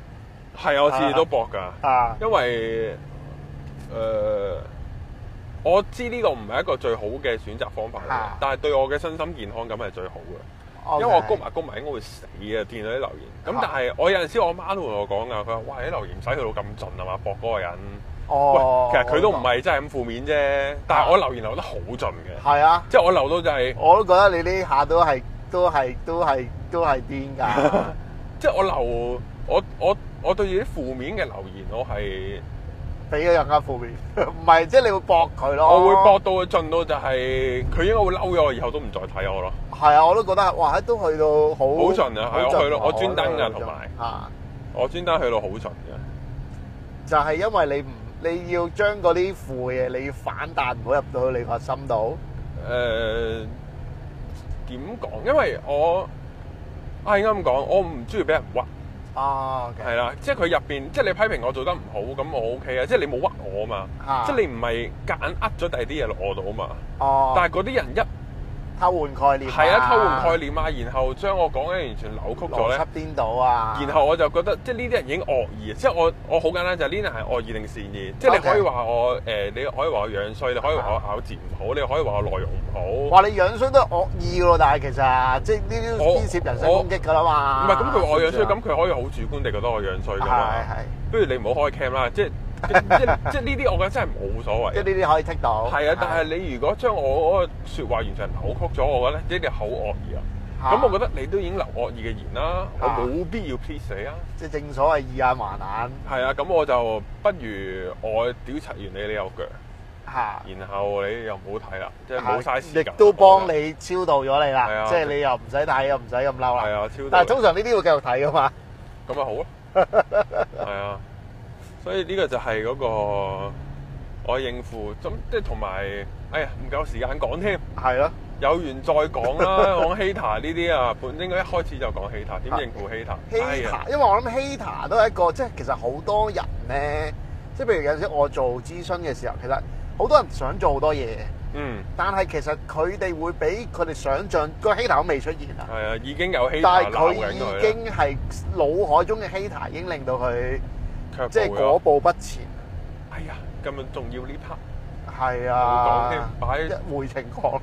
Speaker 1: 係啊我次次都搏㗎，
Speaker 2: 嚇，
Speaker 1: 因為誒、呃我知呢個唔係一個最好嘅選擇方法嚟嘅
Speaker 2: 嚇，
Speaker 1: 但係對我嘅身心健康咁係最好嘅，因為我谷埋谷埋應該會死啊嘅，見到啲留言。咁
Speaker 2: 嚇
Speaker 1: 但係我有陣時我媽都同我講㗎，啊佢話：哇，你啲留言唔使去到咁盡啊嘛，搏嗰個人。喂，
Speaker 2: 哦，
Speaker 1: 其實佢都唔係真係咁負面啫，但係我留言留得好盡嘅。
Speaker 2: 係啊，
Speaker 1: 即係我留到就係、
Speaker 2: 我都覺得你呢下都係都係都係都係癲㗎，
Speaker 1: 即係我留我我我對住啲負面嘅留言，我係
Speaker 2: 俾咗人家負面， 唔係即係你會搏佢咯，
Speaker 1: 我會搏到佢盡到就係佢應該會嬲咗我，以後都唔再睇我咯。
Speaker 2: 係啊，我都覺得哇，都去到好
Speaker 1: 好盡啊係啊
Speaker 2: 好盡
Speaker 1: 我去到我專登㗎
Speaker 2: 好盡
Speaker 1: 同埋
Speaker 2: 啊，
Speaker 1: 我專登去到好盡嘅，
Speaker 2: 就係因為你唔你要將嗰啲負嘅嘢，你要反彈，唔好入到你個心度。
Speaker 1: 誒點講？因為我啊係啱講，我唔中意俾人屈，
Speaker 2: 啊
Speaker 1: 係啦。即係佢入邊，即係你批評我做得唔好，咁我 OK 啊。即係你冇屈我啊嘛，
Speaker 2: 嚇
Speaker 1: 即係你唔係夾硬呃咗第二啲嘢落我度啊嘛。
Speaker 2: 哦，
Speaker 1: 但係嗰啲人一
Speaker 2: 偷換概念
Speaker 1: 係啊，偷換概念啊，然後將我講嘅完全扭曲咗
Speaker 2: 邏輯
Speaker 1: 咧。
Speaker 2: 顛倒啊，
Speaker 1: 然後我就覺得，即係呢啲人已經惡意，啊即係我我好簡單就係呢啲人係惡意定善意，即係你
Speaker 2: OK
Speaker 1: 可以話我誒、你可以話我樣衰，你可以話我咬字唔好，你可以話我內容唔好。
Speaker 2: 話你樣衰都係惡意㗎咯，但係其實即係呢啲都
Speaker 1: 我
Speaker 2: 牽涉人身攻擊㗎啦
Speaker 1: 唔
Speaker 2: 嘛。
Speaker 1: 係咁，佢話我樣衰，咁佢可以好主觀地覺得我樣衰
Speaker 2: 係
Speaker 1: 㗎嘛。
Speaker 2: 係，
Speaker 1: 不如你唔好開 cam 啦， 即係即即即係呢啲，我覺得真係冇所
Speaker 2: 即係
Speaker 1: 謂。
Speaker 2: 呢啲可以剔到。
Speaker 1: 係啊，但係你如果將我嗰個説話完全扭曲咗，我覺得呢啲好惡意啊。
Speaker 2: 嚇
Speaker 1: 咁我覺得你都已經留惡意嘅言啦，我
Speaker 2: 啊
Speaker 1: 冇必要 please 你啊。
Speaker 2: 即係正所謂以眼還眼
Speaker 1: 係啊，咁我就不如我屌柒完你，你又腳，
Speaker 2: 嚇。
Speaker 1: 然後你又唔好睇啦，即係冇
Speaker 2: 啊
Speaker 1: 嘥時間。
Speaker 2: 亦都幫
Speaker 1: 我覺
Speaker 2: 你超度咗你
Speaker 1: 係
Speaker 2: 啦，
Speaker 1: 啊
Speaker 2: 即係你又唔使睇，又唔使咁嬲
Speaker 1: 得。係
Speaker 2: 啦。
Speaker 1: 啊，超多
Speaker 2: 但係通常呢啲會繼續睇㗎嘛。
Speaker 1: 咁咪好 咯。係啊，所以呢個就係嗰個我應付咁，即係同埋，哎呀唔夠時間講添，
Speaker 2: 係咯，
Speaker 1: 有緣再講 啦。講 hater 呢啲啊，本應該一開始就講 hater，點應付 hater？哎
Speaker 2: hater，、
Speaker 1: 呀
Speaker 2: 因為我諗 hater 都係一個即係其實好多人咧，即係譬如有陣時我做諮詢嘅時候，其實好多人想做好多嘢，
Speaker 1: 嗯，
Speaker 2: 但係其實佢哋會俾佢哋想像個 hater 都未出現啊，
Speaker 1: 係啊，已經有 hater
Speaker 2: 但係
Speaker 1: 鬧
Speaker 2: 佢
Speaker 1: 緊
Speaker 2: 已
Speaker 1: 佢啦，
Speaker 2: 經係腦海中嘅 hater 已經令到佢
Speaker 1: 卻
Speaker 2: 即係
Speaker 1: 步
Speaker 2: 嗰
Speaker 1: 咗。
Speaker 2: 步不前，
Speaker 1: 哎呀，咁樣仲要呢 part？
Speaker 2: 係
Speaker 1: 冇講
Speaker 2: 啊
Speaker 1: 添，擺
Speaker 2: 一回情講，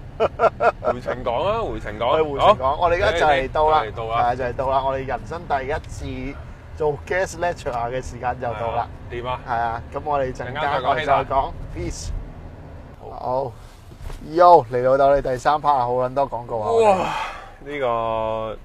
Speaker 1: 回程講啊，回程
Speaker 2: 我
Speaker 1: 講，哎
Speaker 2: 哋回情講，我哋而家就嚟到啦
Speaker 1: 就嚟，到啦
Speaker 2: 係啊就嚟到啦，我哋人生第一次做 guest lecture 啊嘅時間就到啦。。
Speaker 1: 點啊？
Speaker 2: 係啊，咁我哋陣
Speaker 1: 陣間
Speaker 2: 間
Speaker 1: 再講
Speaker 2: 我哋
Speaker 1: 希
Speaker 2: 再
Speaker 1: 臘
Speaker 2: 講 peace。
Speaker 1: 好
Speaker 2: 好，Yo 嚟到到你第三 part 啊好撚多廣告啊！我哋
Speaker 1: 哇！呢個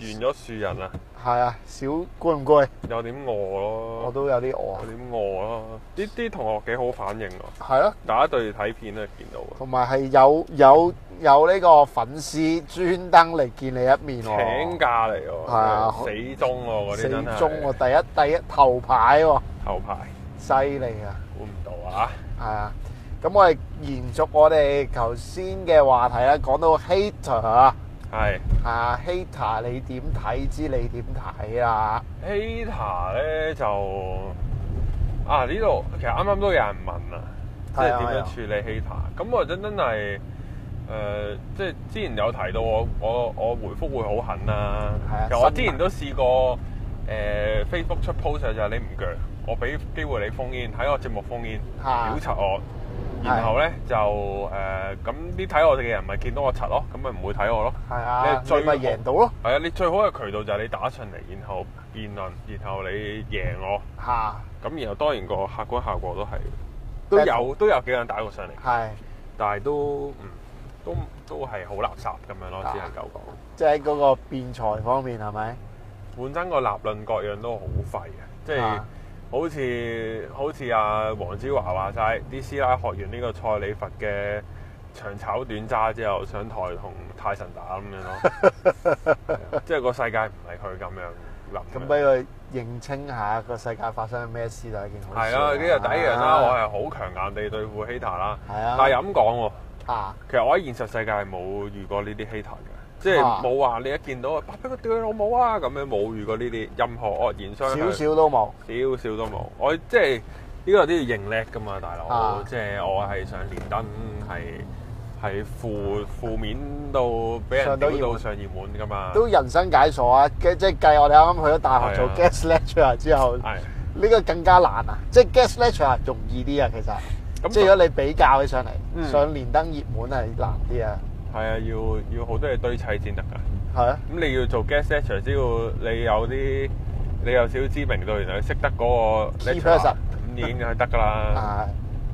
Speaker 1: 完咗樹人啊，
Speaker 2: 係啊，少攰唔攰？
Speaker 1: 有點餓咯，
Speaker 2: 我都有啲
Speaker 1: 有
Speaker 2: 餓。
Speaker 1: 點餓咯。呢啲同學幾好反應喎，
Speaker 2: 係咯，
Speaker 1: 大家對睇片都見到啊。
Speaker 2: 同埋係有有有呢個粉絲專登嚟見你一面喎。
Speaker 1: 請假嚟喎，
Speaker 2: 哦係啊
Speaker 1: 死忠喎嗰啲
Speaker 2: 四
Speaker 1: 真係，
Speaker 2: 中喎，第一第一頭牌喎，
Speaker 1: 頭排
Speaker 2: 犀利啊！
Speaker 1: 估唔到啊！
Speaker 2: 係啊，咁我哋延續我哋頭先嘅話題啦，講到 hater 啊，
Speaker 1: 係
Speaker 2: 啊 hater 你點睇知你點睇啦？
Speaker 1: hater 咧就啊呢度其實啱啱都有人問啊，即
Speaker 2: 係
Speaker 1: 係
Speaker 2: 啊係
Speaker 1: 點
Speaker 2: 啊
Speaker 1: 樣處理 hater？咁我真真係誒，即係之前有提到我我我回覆會好狠啦
Speaker 2: 係啊。
Speaker 1: 其實我
Speaker 2: 新聞
Speaker 1: 之前都試過誒、Facebook 出 post 就係你唔鋸，我俾機會你封煙，喺我節目封煙，
Speaker 2: 嚇
Speaker 1: 屌柒我。
Speaker 2: 啊係
Speaker 1: 然後咧就誒咁啲睇我哋嘅人咪見到我柒咯，咁咪唔會睇我咯。
Speaker 2: 係啊，
Speaker 1: 你
Speaker 2: 你
Speaker 1: 最
Speaker 2: 咪
Speaker 1: 好
Speaker 2: 贏到咯
Speaker 1: 係啊，你最好嘅渠道就係你打上嚟，然後辯論，然後你贏我，
Speaker 2: 嚇，
Speaker 1: 咁然後當然個客觀效果都係都
Speaker 2: Battle
Speaker 1: 有都有幾個人打過上嚟，
Speaker 2: 係
Speaker 1: 但係都嗯都都係好垃圾咁樣咯，
Speaker 2: 啊
Speaker 1: 只能夠講。
Speaker 2: 即係喺嗰個辯才方面係咪？
Speaker 1: 本身個立論各樣都好廢嘅，即係
Speaker 2: 啊
Speaker 1: 好似好似阿黃子華話齋，啲師奶學完呢個蔡李佛嘅長炒短揸之後，上台同泰神打咁樣咯，係 啊即係個世界唔係佢咁樣諗
Speaker 2: 咁
Speaker 1: 嘅。
Speaker 2: 俾佢認清下個世界發生緊咩
Speaker 1: 啊
Speaker 2: 事就係一件好事。啊
Speaker 1: 係啦，呢個第一樣啦，我係好強硬地對付 hater 啦。
Speaker 2: 係啊，
Speaker 1: 但係又咁講喎，
Speaker 2: 啊
Speaker 1: 其實我喺現實世界係冇遇過呢啲 hater 嘅，即係
Speaker 2: 啊
Speaker 1: 冇話你一見到啊，俾佢屌你老母啊咁樣，冇遇過呢啲任何惡言相向，
Speaker 2: 少少都冇。
Speaker 1: 少少都冇。我即係呢個都要認叻噶嘛，大佬，
Speaker 2: 啊
Speaker 1: 即係我係上連登係係負負面到俾人
Speaker 2: 上
Speaker 1: 屌
Speaker 2: 到熱
Speaker 1: 到
Speaker 2: 門
Speaker 1: 上熱門噶嘛，
Speaker 2: 都人生解鎖啊！即即計我哋啱啱去咗大學
Speaker 1: 係
Speaker 2: 做
Speaker 1: 啊
Speaker 2: guest lecturer 之後，呢
Speaker 1: 係
Speaker 2: 個更加難啊！即 guest lecturer 容易啲啊，其實
Speaker 1: 咁
Speaker 2: 即如果你比較起上嚟，
Speaker 1: 嗯
Speaker 2: 上連登熱門係難啲啊，
Speaker 1: 係啊，要要好多嘢堆砌先得㗎。
Speaker 2: 係啊，
Speaker 1: 咁你要做 guest lecture，只要你有啲你有少少知名度，原來識得嗰個
Speaker 2: Key
Speaker 1: lecturer，
Speaker 2: person
Speaker 1: 咁已經係得㗎啦。
Speaker 2: 啊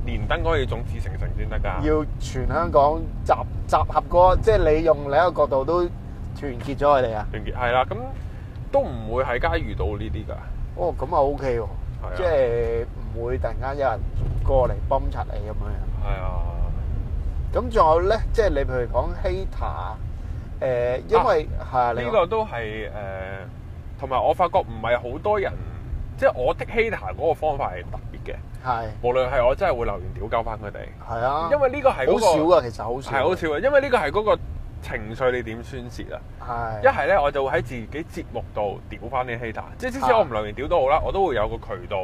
Speaker 1: 連登可以眾志成城先得㗎。
Speaker 2: 要全香港集集合嗰，即係你用另一個角度都團結咗佢哋啊！
Speaker 1: 團結係啦，咁都唔會喺街遇到呢啲㗎。
Speaker 2: 哦，咁啊 OK 喎
Speaker 1: 係啊，
Speaker 2: 即係唔會突然間有人過嚟泵柒你咁樣樣。
Speaker 1: 係啊，
Speaker 2: 咁仲有咧，即係你譬如講 hater，誒，因為係啊，你
Speaker 1: 呢
Speaker 2: 講
Speaker 1: 個都係誒，同埋我發覺唔係好多人，即係我的 hater 嗰個方法係特別嘅。
Speaker 2: 係
Speaker 1: 無論係我真係會留言屌鳩翻佢哋，
Speaker 2: 係啊，
Speaker 1: 因為呢個係嗰
Speaker 2: 好少啊
Speaker 1: 個
Speaker 2: 噶，其實好少，
Speaker 1: 係好少啊嘅，因為呢個係嗰個情緒你點宣泄啊。
Speaker 2: 係
Speaker 1: 一係咧，我就會喺自己節目度屌翻啲 hater，即係即使
Speaker 2: 啊
Speaker 1: 我唔留言屌都好啦，我都會有個渠道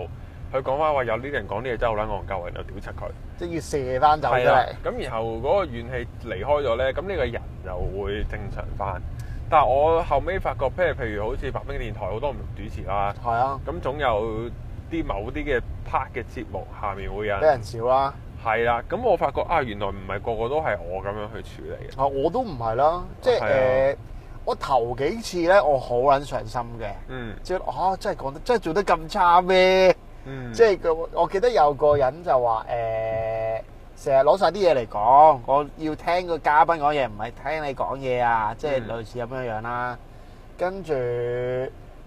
Speaker 1: 去講翻話有呢啲人講啲嘢真係好撚戇鳩，然後屌柒佢。
Speaker 2: 即係要射翻走出
Speaker 1: 係啦
Speaker 2: 嚟，，
Speaker 1: 咁然後嗰個怨氣離開咗咧，咁呢個人就會正常翻。但係我後尾發覺，譬如譬如好似白冰電台好多唔同主持啦，
Speaker 2: 係啊，
Speaker 1: 咁總有啲某啲嘅 part 嘅節目下面會有
Speaker 2: 俾
Speaker 1: 人
Speaker 2: 人笑啊啦。
Speaker 1: 係啦。咁我發覺啊，原來唔係個個都係我咁樣去處理嘅。
Speaker 2: 啊，我都唔係啦，即係
Speaker 1: 係啊
Speaker 2: 誒，我頭幾次咧，我好撚上心嘅，
Speaker 1: 嗯
Speaker 2: 即係啊，真係講得真係做得咁差咩？
Speaker 1: 嗯，
Speaker 2: 即係佢，我記得有個人就話誒，成日攞晒啲嘢嚟講，我要聽個嘉賓講嘢，唔係聽你講嘢啊，即係
Speaker 1: 嗯
Speaker 2: 類似咁樣樣啦。跟住，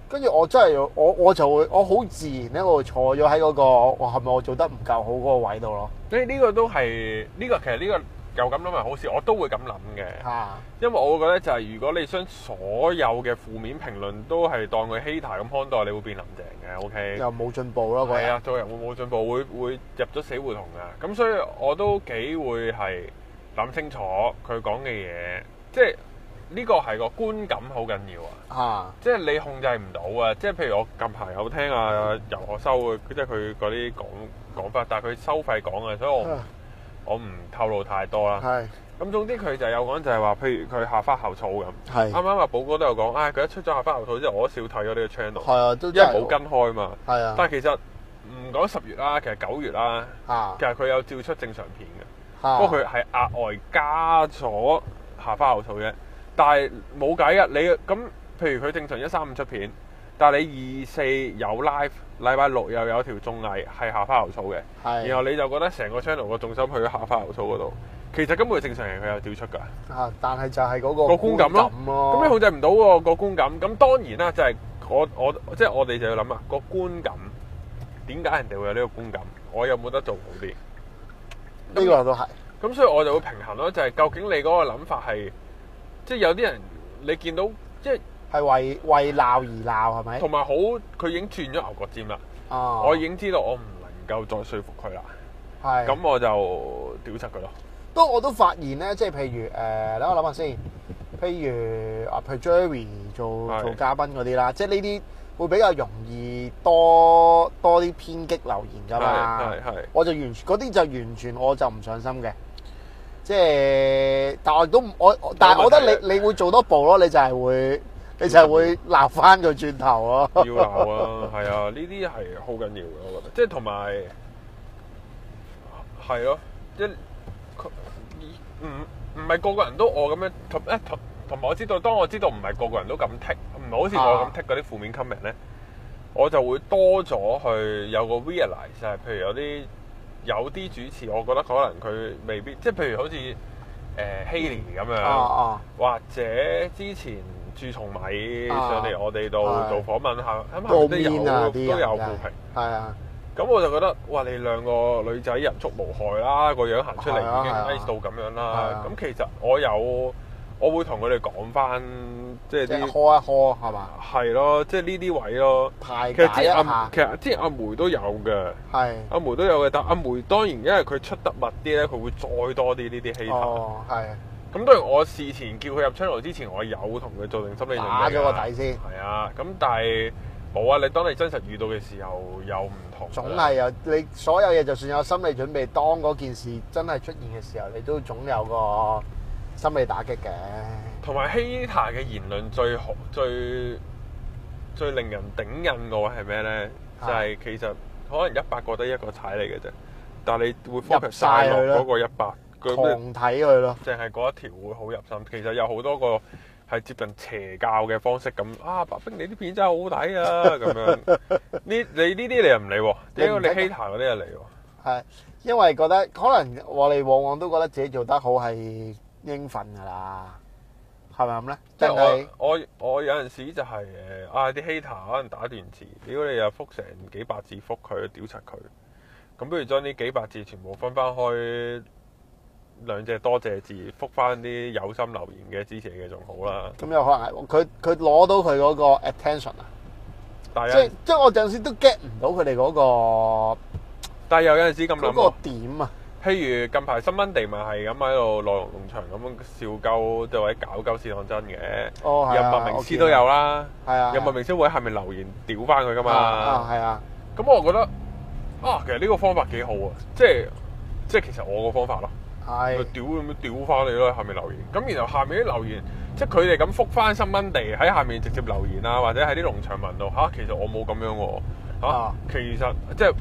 Speaker 2: 跟住我真係我我就會我好自然咧，我會坐咗喺嗰個我係咪我做得唔夠好嗰個位度咯
Speaker 1: 所以呢個都係呢、個其實呢、個又咁諗係好事，我都會咁諗嘅，
Speaker 2: 嚇
Speaker 1: 因為我會覺得就係如果你將所有嘅負面評論都係當佢 hater 咁看待，你會變林鄭嘅，OK？
Speaker 2: 又冇進步咯嗰
Speaker 1: 係
Speaker 2: 日
Speaker 1: 啊，做人會冇進步，會會入咗死胡同噶。咁所以我都幾會係諗清楚佢講嘅嘢，即係呢個係個觀感好緊要啊！
Speaker 2: 嚇
Speaker 1: 即係你控制唔到啊！即係譬如我近排有聽啊游學修嘅，即係佢嗰啲講講法，但係佢收費講嘅，所以我唔我唔透露太多啦。
Speaker 2: 啊係
Speaker 1: 咁總之佢就有講就係話，譬如佢下花後草咁，啱啊
Speaker 2: 係
Speaker 1: 啱阿寶哥都有講，唉、啊佢一出咗下花後草之後，我都少睇咗呢個 channel，
Speaker 2: 係啊，都
Speaker 1: 因為
Speaker 2: 真係
Speaker 1: 冇跟開嘛。
Speaker 2: 係啊
Speaker 1: 但係其實唔講十月啦，其實九月啦，
Speaker 2: 嚇
Speaker 1: 其實佢有照出正常片嘅，
Speaker 2: 嚇
Speaker 1: 不過佢係額外加咗下花後草啫。但係冇計啊，你咁譬如佢正常一三五出片，但係你二四有 live，禮拜六又有條綜藝係下花後草嘅，
Speaker 2: 係
Speaker 1: 然後你就覺得成個 channel 個重心去咗下花後草嗰度。其實根本係正常人，佢有照出㗎，
Speaker 2: 啊，但係就係嗰個
Speaker 1: 個觀感咯咁你
Speaker 2: 咯
Speaker 1: 控制唔到喎個觀感。咁當然啦，就係、我我即係我哋就要諗啊個觀感點解人哋會有呢個觀感？我有冇得做好啲？
Speaker 2: 呢個都係
Speaker 1: 咁所以我就會平衡咯，就係、究竟你嗰個諗法係，即係有啲人你見到，即係
Speaker 2: 係為為鬧而鬧係咪？
Speaker 1: 同埋好，佢已經轉咗牛角尖啦，
Speaker 2: 啊，
Speaker 1: 我已經知道我唔能夠再說服佢啦，
Speaker 2: 係
Speaker 1: 咁我就屌柒佢咯。
Speaker 2: 都我都發現咧，即係譬如誒，呃等、我諗下先，譬如啊，譬如 Jerry 做
Speaker 1: 係
Speaker 2: 做嘉賓嗰啲啦，即係呢啲會比較容易多多啲偏激留言㗎嘛
Speaker 1: 係。係
Speaker 2: 我就完全嗰啲就完全我就唔上心嘅，即係但我都唔我我但係我覺得你你會做多步咯，你就係會你就係會鬧翻佢轉頭咯。
Speaker 1: 係，要鬧啊，係啊，呢啲係好緊要嘅，我覺得，即係同埋係咯，即係佢唔唔係個個人都我咁樣同一同同埋我知道，當我知道唔係個個人都咁剔，唔係好似我咁剔嗰啲負面 comment 咧，我就會多咗去有個 realize 係，譬如有啲有啲主持，我覺得可能佢未必，即係譬如好似誒、呃、希尼咁樣。
Speaker 2: 啊啊
Speaker 1: 或者之前住松米上嚟
Speaker 2: 啊
Speaker 1: 我哋度
Speaker 2: 係
Speaker 1: 做訪問下，咁
Speaker 2: 都
Speaker 1: 下
Speaker 2: 好
Speaker 1: 面都
Speaker 2: mean 啊
Speaker 1: 有都
Speaker 2: 啲人
Speaker 1: 有負
Speaker 2: 真係
Speaker 1: 評。
Speaker 2: 係啊，
Speaker 1: 咁我就覺得，哇！你兩個女仔人畜無害啦，個樣行出嚟
Speaker 2: 係啊
Speaker 1: 已經
Speaker 2: 係啊
Speaker 1: nice 到咁樣
Speaker 2: 係啊
Speaker 1: 啦。咁其實我有我會同佢哋講翻，即係
Speaker 2: 即係
Speaker 1: 啲
Speaker 2: 呵一呵係嘛？
Speaker 1: 係咯，即係呢啲位咯。
Speaker 2: 排
Speaker 1: 其實
Speaker 2: 解
Speaker 1: 之
Speaker 2: 一
Speaker 1: 前
Speaker 2: 下
Speaker 1: 阿其實之前阿梅都有嘅，
Speaker 2: 係。
Speaker 1: 阿梅都有嘅，但阿梅當然因為佢出得密啲咧，佢會再多啲呢啲 hater。
Speaker 2: 哦，係
Speaker 1: 咁當然我事前叫佢入 channel 之前，我有同佢做定心理準備
Speaker 2: 打咗個
Speaker 1: 㗎
Speaker 2: 底先，
Speaker 1: 係啊，咁但係冇啊！你當你真實遇到嘅時候又唔同㗎啦。
Speaker 2: 總係有你所有嘢，就算有心理準備，當嗰件事真係出現嘅時候，你都總有個心理打擊嘅。
Speaker 1: 同埋 hater 嘅言論最好最最令人頂癮嘅話係咩咧？就
Speaker 2: 啊
Speaker 1: 係、其實可能一百個得一個踩你嘅啫，但係你會 focus
Speaker 2: 晒佢
Speaker 1: 晒
Speaker 2: 啦
Speaker 1: 落嗰個一百，佢
Speaker 2: 狂睇佢咯，
Speaker 1: 淨係嗰一條會好入心。其實有好多個係接近邪教嘅方式咁啊！白冰你啲片真係好睇 啊！咁樣呢你呢啲你又唔理喎，
Speaker 2: 你
Speaker 1: 點
Speaker 2: 唔
Speaker 1: 解
Speaker 2: 理
Speaker 1: 你 hater 嗰啲又嚟喎？
Speaker 2: 係因為覺得可能我哋往往都覺得自己做得好係應份㗎啦，係咪咁咧？
Speaker 1: 即
Speaker 2: 即
Speaker 1: 係
Speaker 2: 係
Speaker 1: 我我我有陣時就係、誒啊啲 hater 可能打段字，屌你又覆成幾百字覆佢，屌柒佢。咁不如將呢幾百字全部分翻開兩隻多謝字，覆翻啲有心留言嘅支持嘅仲好啦。
Speaker 2: 咁有可能係佢佢攞到佢嗰個 attention 啊，
Speaker 1: 但
Speaker 2: 即係
Speaker 1: 係
Speaker 2: 即係我有陣時都 get 唔到佢哋嗰個
Speaker 1: 但係又有陣時咁諗
Speaker 2: 嗰
Speaker 1: 喎
Speaker 2: 個，點啊，
Speaker 1: 譬如近排新 Monday 咪係咁喺度內容農場咁樣笑鳩，即係或者搞鳩試當真嘅。
Speaker 2: 哦係
Speaker 1: 任
Speaker 2: 啊
Speaker 1: 何名師都有，啦，
Speaker 2: 我見啊係啊，
Speaker 1: 任何名師會係咪留言屌翻佢噶嘛？
Speaker 2: 啊係啊。
Speaker 1: 咁我覺得啊，其實呢個方法幾好啊，即係即係其實我個方法咯，咪
Speaker 2: 係
Speaker 1: 屌咁樣屌翻你咯，喺下面留言。咁然後下面啲留言，即係佢哋咁覆翻新蚊地喺下面直接留言啊，或者喺啲農場文度吓、其實我冇咁樣喎、吓、
Speaker 2: 啊
Speaker 1: 其實即係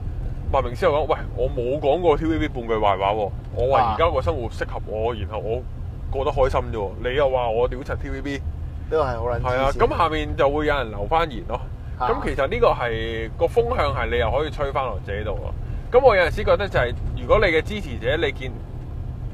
Speaker 1: 話明師又講，喂，我冇講過 TVB 半句壞話喎、我
Speaker 2: 啊
Speaker 1: 話而家個生活適合我，然後我過得開心啫喎，你又話我屌柒 TVB。
Speaker 2: 呢個係好撚
Speaker 1: 係啊，
Speaker 2: 黐線
Speaker 1: 咁下面就會有人留翻言咯。
Speaker 2: 啊
Speaker 1: 咁其實呢個係個風向係你又可以吹翻落自己度咯。咁我有陣時覺得就係、如果你嘅支持者你見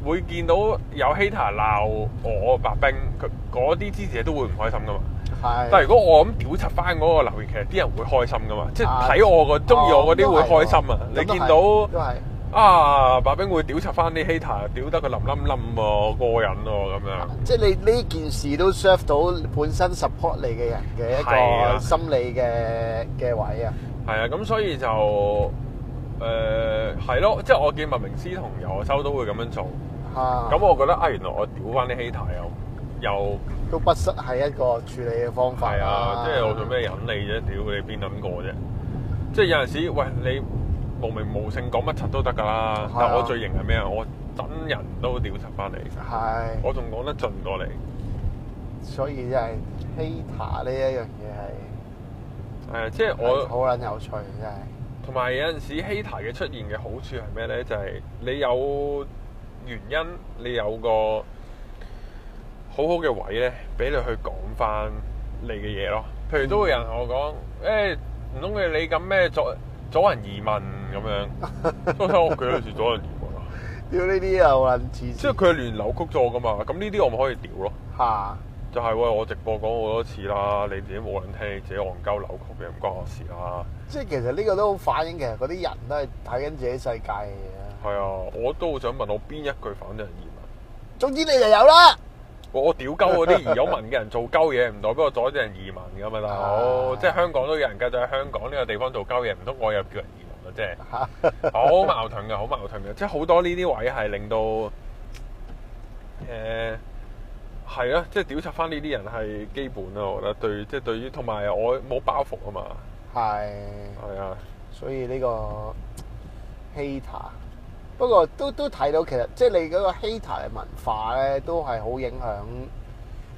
Speaker 1: 會見到有 hater 鬧我白冰，佢嗰啲支持者都會唔開心噶嘛。
Speaker 2: 係，
Speaker 1: 但係如果我咁屌柒翻嗰個留言，其實啲人會開心噶嘛，即係
Speaker 2: 啊
Speaker 1: 睇我個中意我嗰啲會開心啊
Speaker 2: 哦。
Speaker 1: 你
Speaker 2: 咁都
Speaker 1: 見
Speaker 2: 係
Speaker 1: 到
Speaker 2: 都係
Speaker 1: 啊，白冰會屌柒翻啲 hater，屌得佢冧冧冧喎，過癮喎咁樣。
Speaker 2: 即係你呢件事都 serve 到本身 support 你嘅人嘅一
Speaker 1: 係
Speaker 2: 個
Speaker 1: 啊
Speaker 2: 心理嘅嘅位啊，
Speaker 1: 係啊，咁所以就誒係咯，即係我見文明師同游學修都會咁樣做，
Speaker 2: 嚇
Speaker 1: 咁、我覺得啊，原來我屌翻啲 hater 又又
Speaker 2: 都不失係一個處理嘅方法
Speaker 1: 係啊
Speaker 2: 啦，
Speaker 1: 即係我做咩忍你啫？屌你邊諗過啫？即係有陣時，喂你無名無姓講乜柒都得㗎啦
Speaker 2: 係啊，
Speaker 1: 但我最型係咩啊？我真人都屌柒翻你，
Speaker 2: 係，
Speaker 1: 我仲講得盡過你。
Speaker 2: 所以真係 hater 呢一樣嘢
Speaker 1: 係啊，即係
Speaker 2: 係
Speaker 1: 我。
Speaker 2: 好撚有趣，真係
Speaker 1: 同埋有陣時 hater 嘅出現嘅好處係咩呢？就係、你有原因，你有個好好嘅位呢，俾你去講翻你嘅嘢咯。譬如都會有人同我講，誒唔通你你咁咩阻阻人移民咁樣？都睇我佢有時阻人移民啊！
Speaker 2: 屌呢啲又撚黐
Speaker 1: 即係
Speaker 2: 線
Speaker 1: 佢係亂扭曲咗我噶嘛。咁呢啲我咪可以屌咯。
Speaker 2: 嚇，
Speaker 1: 就係、喂，我直播講好多次啦，你自己冇人聽，你自己戇鳩扭曲嘅，唔關我事啦。
Speaker 2: 即係其實呢個都好反映其實嗰啲人都係睇緊自己世界嘅嘢啊。
Speaker 1: 係啊，我都好想問我邊一句反對人移民。
Speaker 2: 總之你就有啦。
Speaker 1: 我我屌鳩嗰啲移咗民嘅人做鳩嘢，唔代表我阻止人移民噶嘛，大佬。
Speaker 2: 啊
Speaker 1: 即係香港都有人繼續喺香港呢個地方做鳩嘢，唔通我又叫人移民啊？即係
Speaker 2: 嚇
Speaker 1: 好矛盾嘅，好矛盾嘅。即係好多呢啲位係令到誒係咯，即係屌柒翻呢啲人係基本咯，我覺得對，即係對於同埋我冇包袱啊嘛，
Speaker 2: 係，
Speaker 1: 係啊，
Speaker 2: 所以呢個 hater，不過都都睇到其實即係你嗰個 hater 嘅文化咧，都係好影響，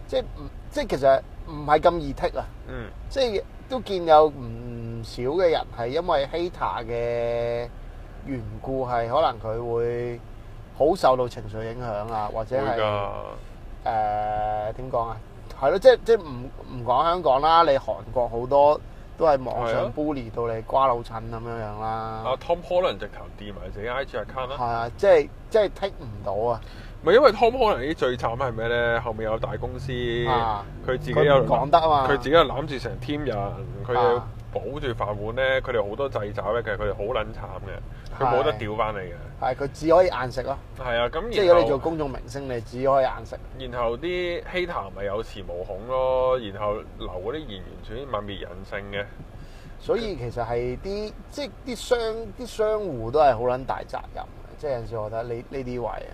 Speaker 2: 即係唔即係其實唔係咁易剔啊！
Speaker 1: 嗯，
Speaker 2: 即係都見有唔少嘅人係因為 hater 嘅緣故係可能佢會好受到情緒影響啊，或者
Speaker 1: 會
Speaker 2: 係。
Speaker 1: 㗎，
Speaker 2: 誒點講啊？係咯，即係即係唔唔講香港啦，你韓國好多都係網
Speaker 1: 係
Speaker 2: 上
Speaker 1: 啊
Speaker 2: bully 到你瓜老襯咁樣樣啦
Speaker 1: 阿。Tom 啊 Holland 直頭掂埋自己 IG account 啦
Speaker 2: 係。啊，即係即係剔唔到啊！
Speaker 1: 唔係因為 Tom Holland 啲最慘係咩咧？後面有大公司，佢、
Speaker 2: 啊
Speaker 1: 自己
Speaker 2: 佢
Speaker 1: 有
Speaker 2: 唔講得啊嘛。
Speaker 1: 佢自己又攬住成 team 人，佢
Speaker 2: 啊
Speaker 1: 要保住飯碗咧，佢哋好多掣肘咧，其實佢哋好撚慘嘅，佢冇得
Speaker 2: 係
Speaker 1: 調翻嚟嘅。
Speaker 2: 係佢只可以硬食咯，
Speaker 1: 係啊，咁
Speaker 2: 即係如果你
Speaker 1: 然
Speaker 2: 做
Speaker 1: 後
Speaker 2: 公眾明星，你只可以硬食。
Speaker 1: 然後啲 hater 咪有恃無恐咯，然後留嗰啲言完全泯滅人性嘅。
Speaker 2: 所以其實係啲即係啲商啲商户都係好撚大責任嘅，即係有陣時我覺得呢呢啲位啊，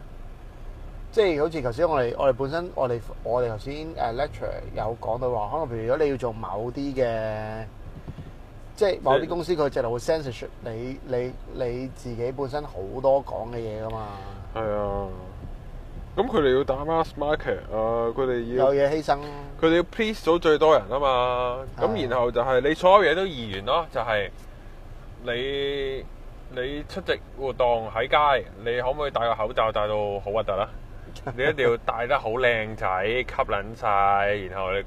Speaker 2: 即係好似頭先我哋我哋本身我哋我哋頭先誒 lecture 有講到話，可能譬如如果你要做某啲嘅，即係某啲公司佢直頭會 censorship 你你你自己本身好多講嘅嘢噶嘛，
Speaker 1: 係啊，咁佢哋要打 mass market 啊，佢哋要
Speaker 2: 有嘢犧牲咯，
Speaker 1: 佢哋要 please 到最多人啊嘛。
Speaker 2: 係
Speaker 1: 咁然後就係你所有嘢都二元咯，就係、你你出席活動喺街，你可唔可以戴個口罩戴到好核突 啦？你一定要戴得好靚仔，吸撚晒，然後你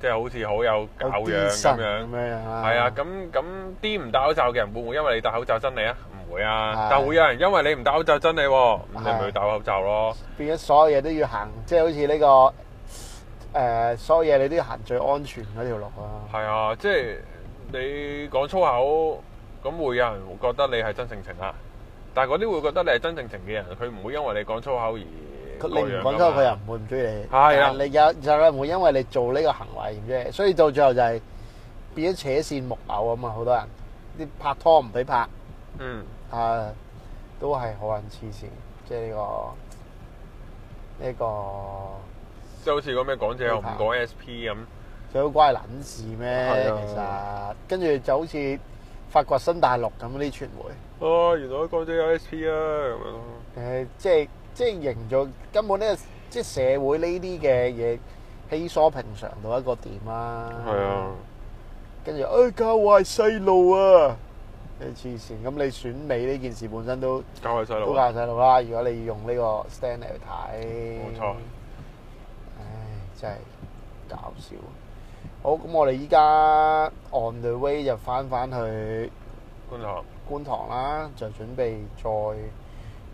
Speaker 1: 即係好似好有教
Speaker 2: 有
Speaker 1: 養咁樣
Speaker 2: 咁。樣啦，
Speaker 1: 係啊，咁咁啲唔戴口罩嘅人會唔會因為你戴口罩憎你啊？唔會啊
Speaker 2: 係，
Speaker 1: 但會有人因為你唔戴口罩憎你喎，咁你
Speaker 2: 係
Speaker 1: 咪要戴口罩咯。
Speaker 2: 變咗所有嘢都要行，即係好似呢、個誒、所有嘢你都要行最安全嗰條路啦。
Speaker 1: 係啊，即係你講粗口，咁會有人覺得你係真性情啊。但係嗰啲會覺得你係真性情嘅人，佢唔會因為你講粗口而
Speaker 2: 佢
Speaker 1: 過
Speaker 2: 你唔
Speaker 1: 樣㗎
Speaker 2: 講咗，
Speaker 1: 嘛
Speaker 2: 佢又唔會唔中意你。
Speaker 1: 係啊
Speaker 2: 但你有就有人會因為你做呢個行為唔中意你，所以到最後就係變咗扯線木偶啊嘛，好多人啲拍拖唔俾拍
Speaker 1: 嗯，
Speaker 2: 啊，都係好撚黐線，即係呢、個呢、個
Speaker 1: 即係好似嗰咩港姐啊又唔
Speaker 2: 你拍
Speaker 1: 講 SP 咁，
Speaker 2: 最好關係撚事
Speaker 1: 係
Speaker 2: 咩？其
Speaker 1: 啊
Speaker 2: 實跟住就好似發掘新大陸咁啲傳媒。
Speaker 1: 哦，原來港姐有 SP 啊咁樣咯。
Speaker 2: 誒、即係即係營造根本呢個即係社會呢啲嘅嘢稀疏平常到一個點啦。
Speaker 1: 係啊，
Speaker 2: 跟住誒教壞細路啊！你黐線，咁你選美呢件事本身都
Speaker 1: 教壞細
Speaker 2: 都
Speaker 1: 路
Speaker 2: 教
Speaker 1: 啊，
Speaker 2: 細路啦。如果你要用呢個 stand 嚟去睇，
Speaker 1: 冇錯。
Speaker 2: 唉，真係搞笑。好，咁我哋依家 on the way 就翻翻去
Speaker 1: 觀塘
Speaker 2: 觀塘啦，就準備再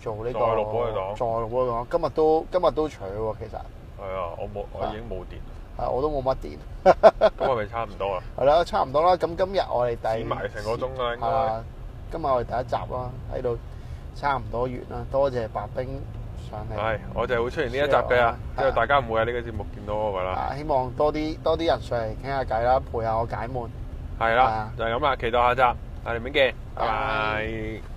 Speaker 2: 做呢、個
Speaker 1: 再錄寶藥黨
Speaker 2: 再錄寶藥黨今日都今日都取喎，其實
Speaker 1: 係啊，我冇我已經冇電，
Speaker 2: 係我都冇乜電，
Speaker 1: 咁係咪差唔 多啊？
Speaker 2: 係啦，差唔多啦。咁今日我哋第
Speaker 1: 剪埋成個鐘啦，應
Speaker 2: 係
Speaker 1: 該。
Speaker 2: 啊，今日我哋第一集啦，喺度差唔多完啦。多謝白冰上嚟，
Speaker 1: 係，我就係會出現呢一集嘅啊，
Speaker 2: 係啊
Speaker 1: 因為大家唔會喺呢個節目見到我噶啦。
Speaker 2: 啊，希望多啲多啲人上嚟傾下偈啦，陪下我解悶。
Speaker 1: 係
Speaker 2: 係啊啊
Speaker 1: 啦，就係咁啦，期待下集，下年面見，拜
Speaker 2: 拜
Speaker 1: 拜。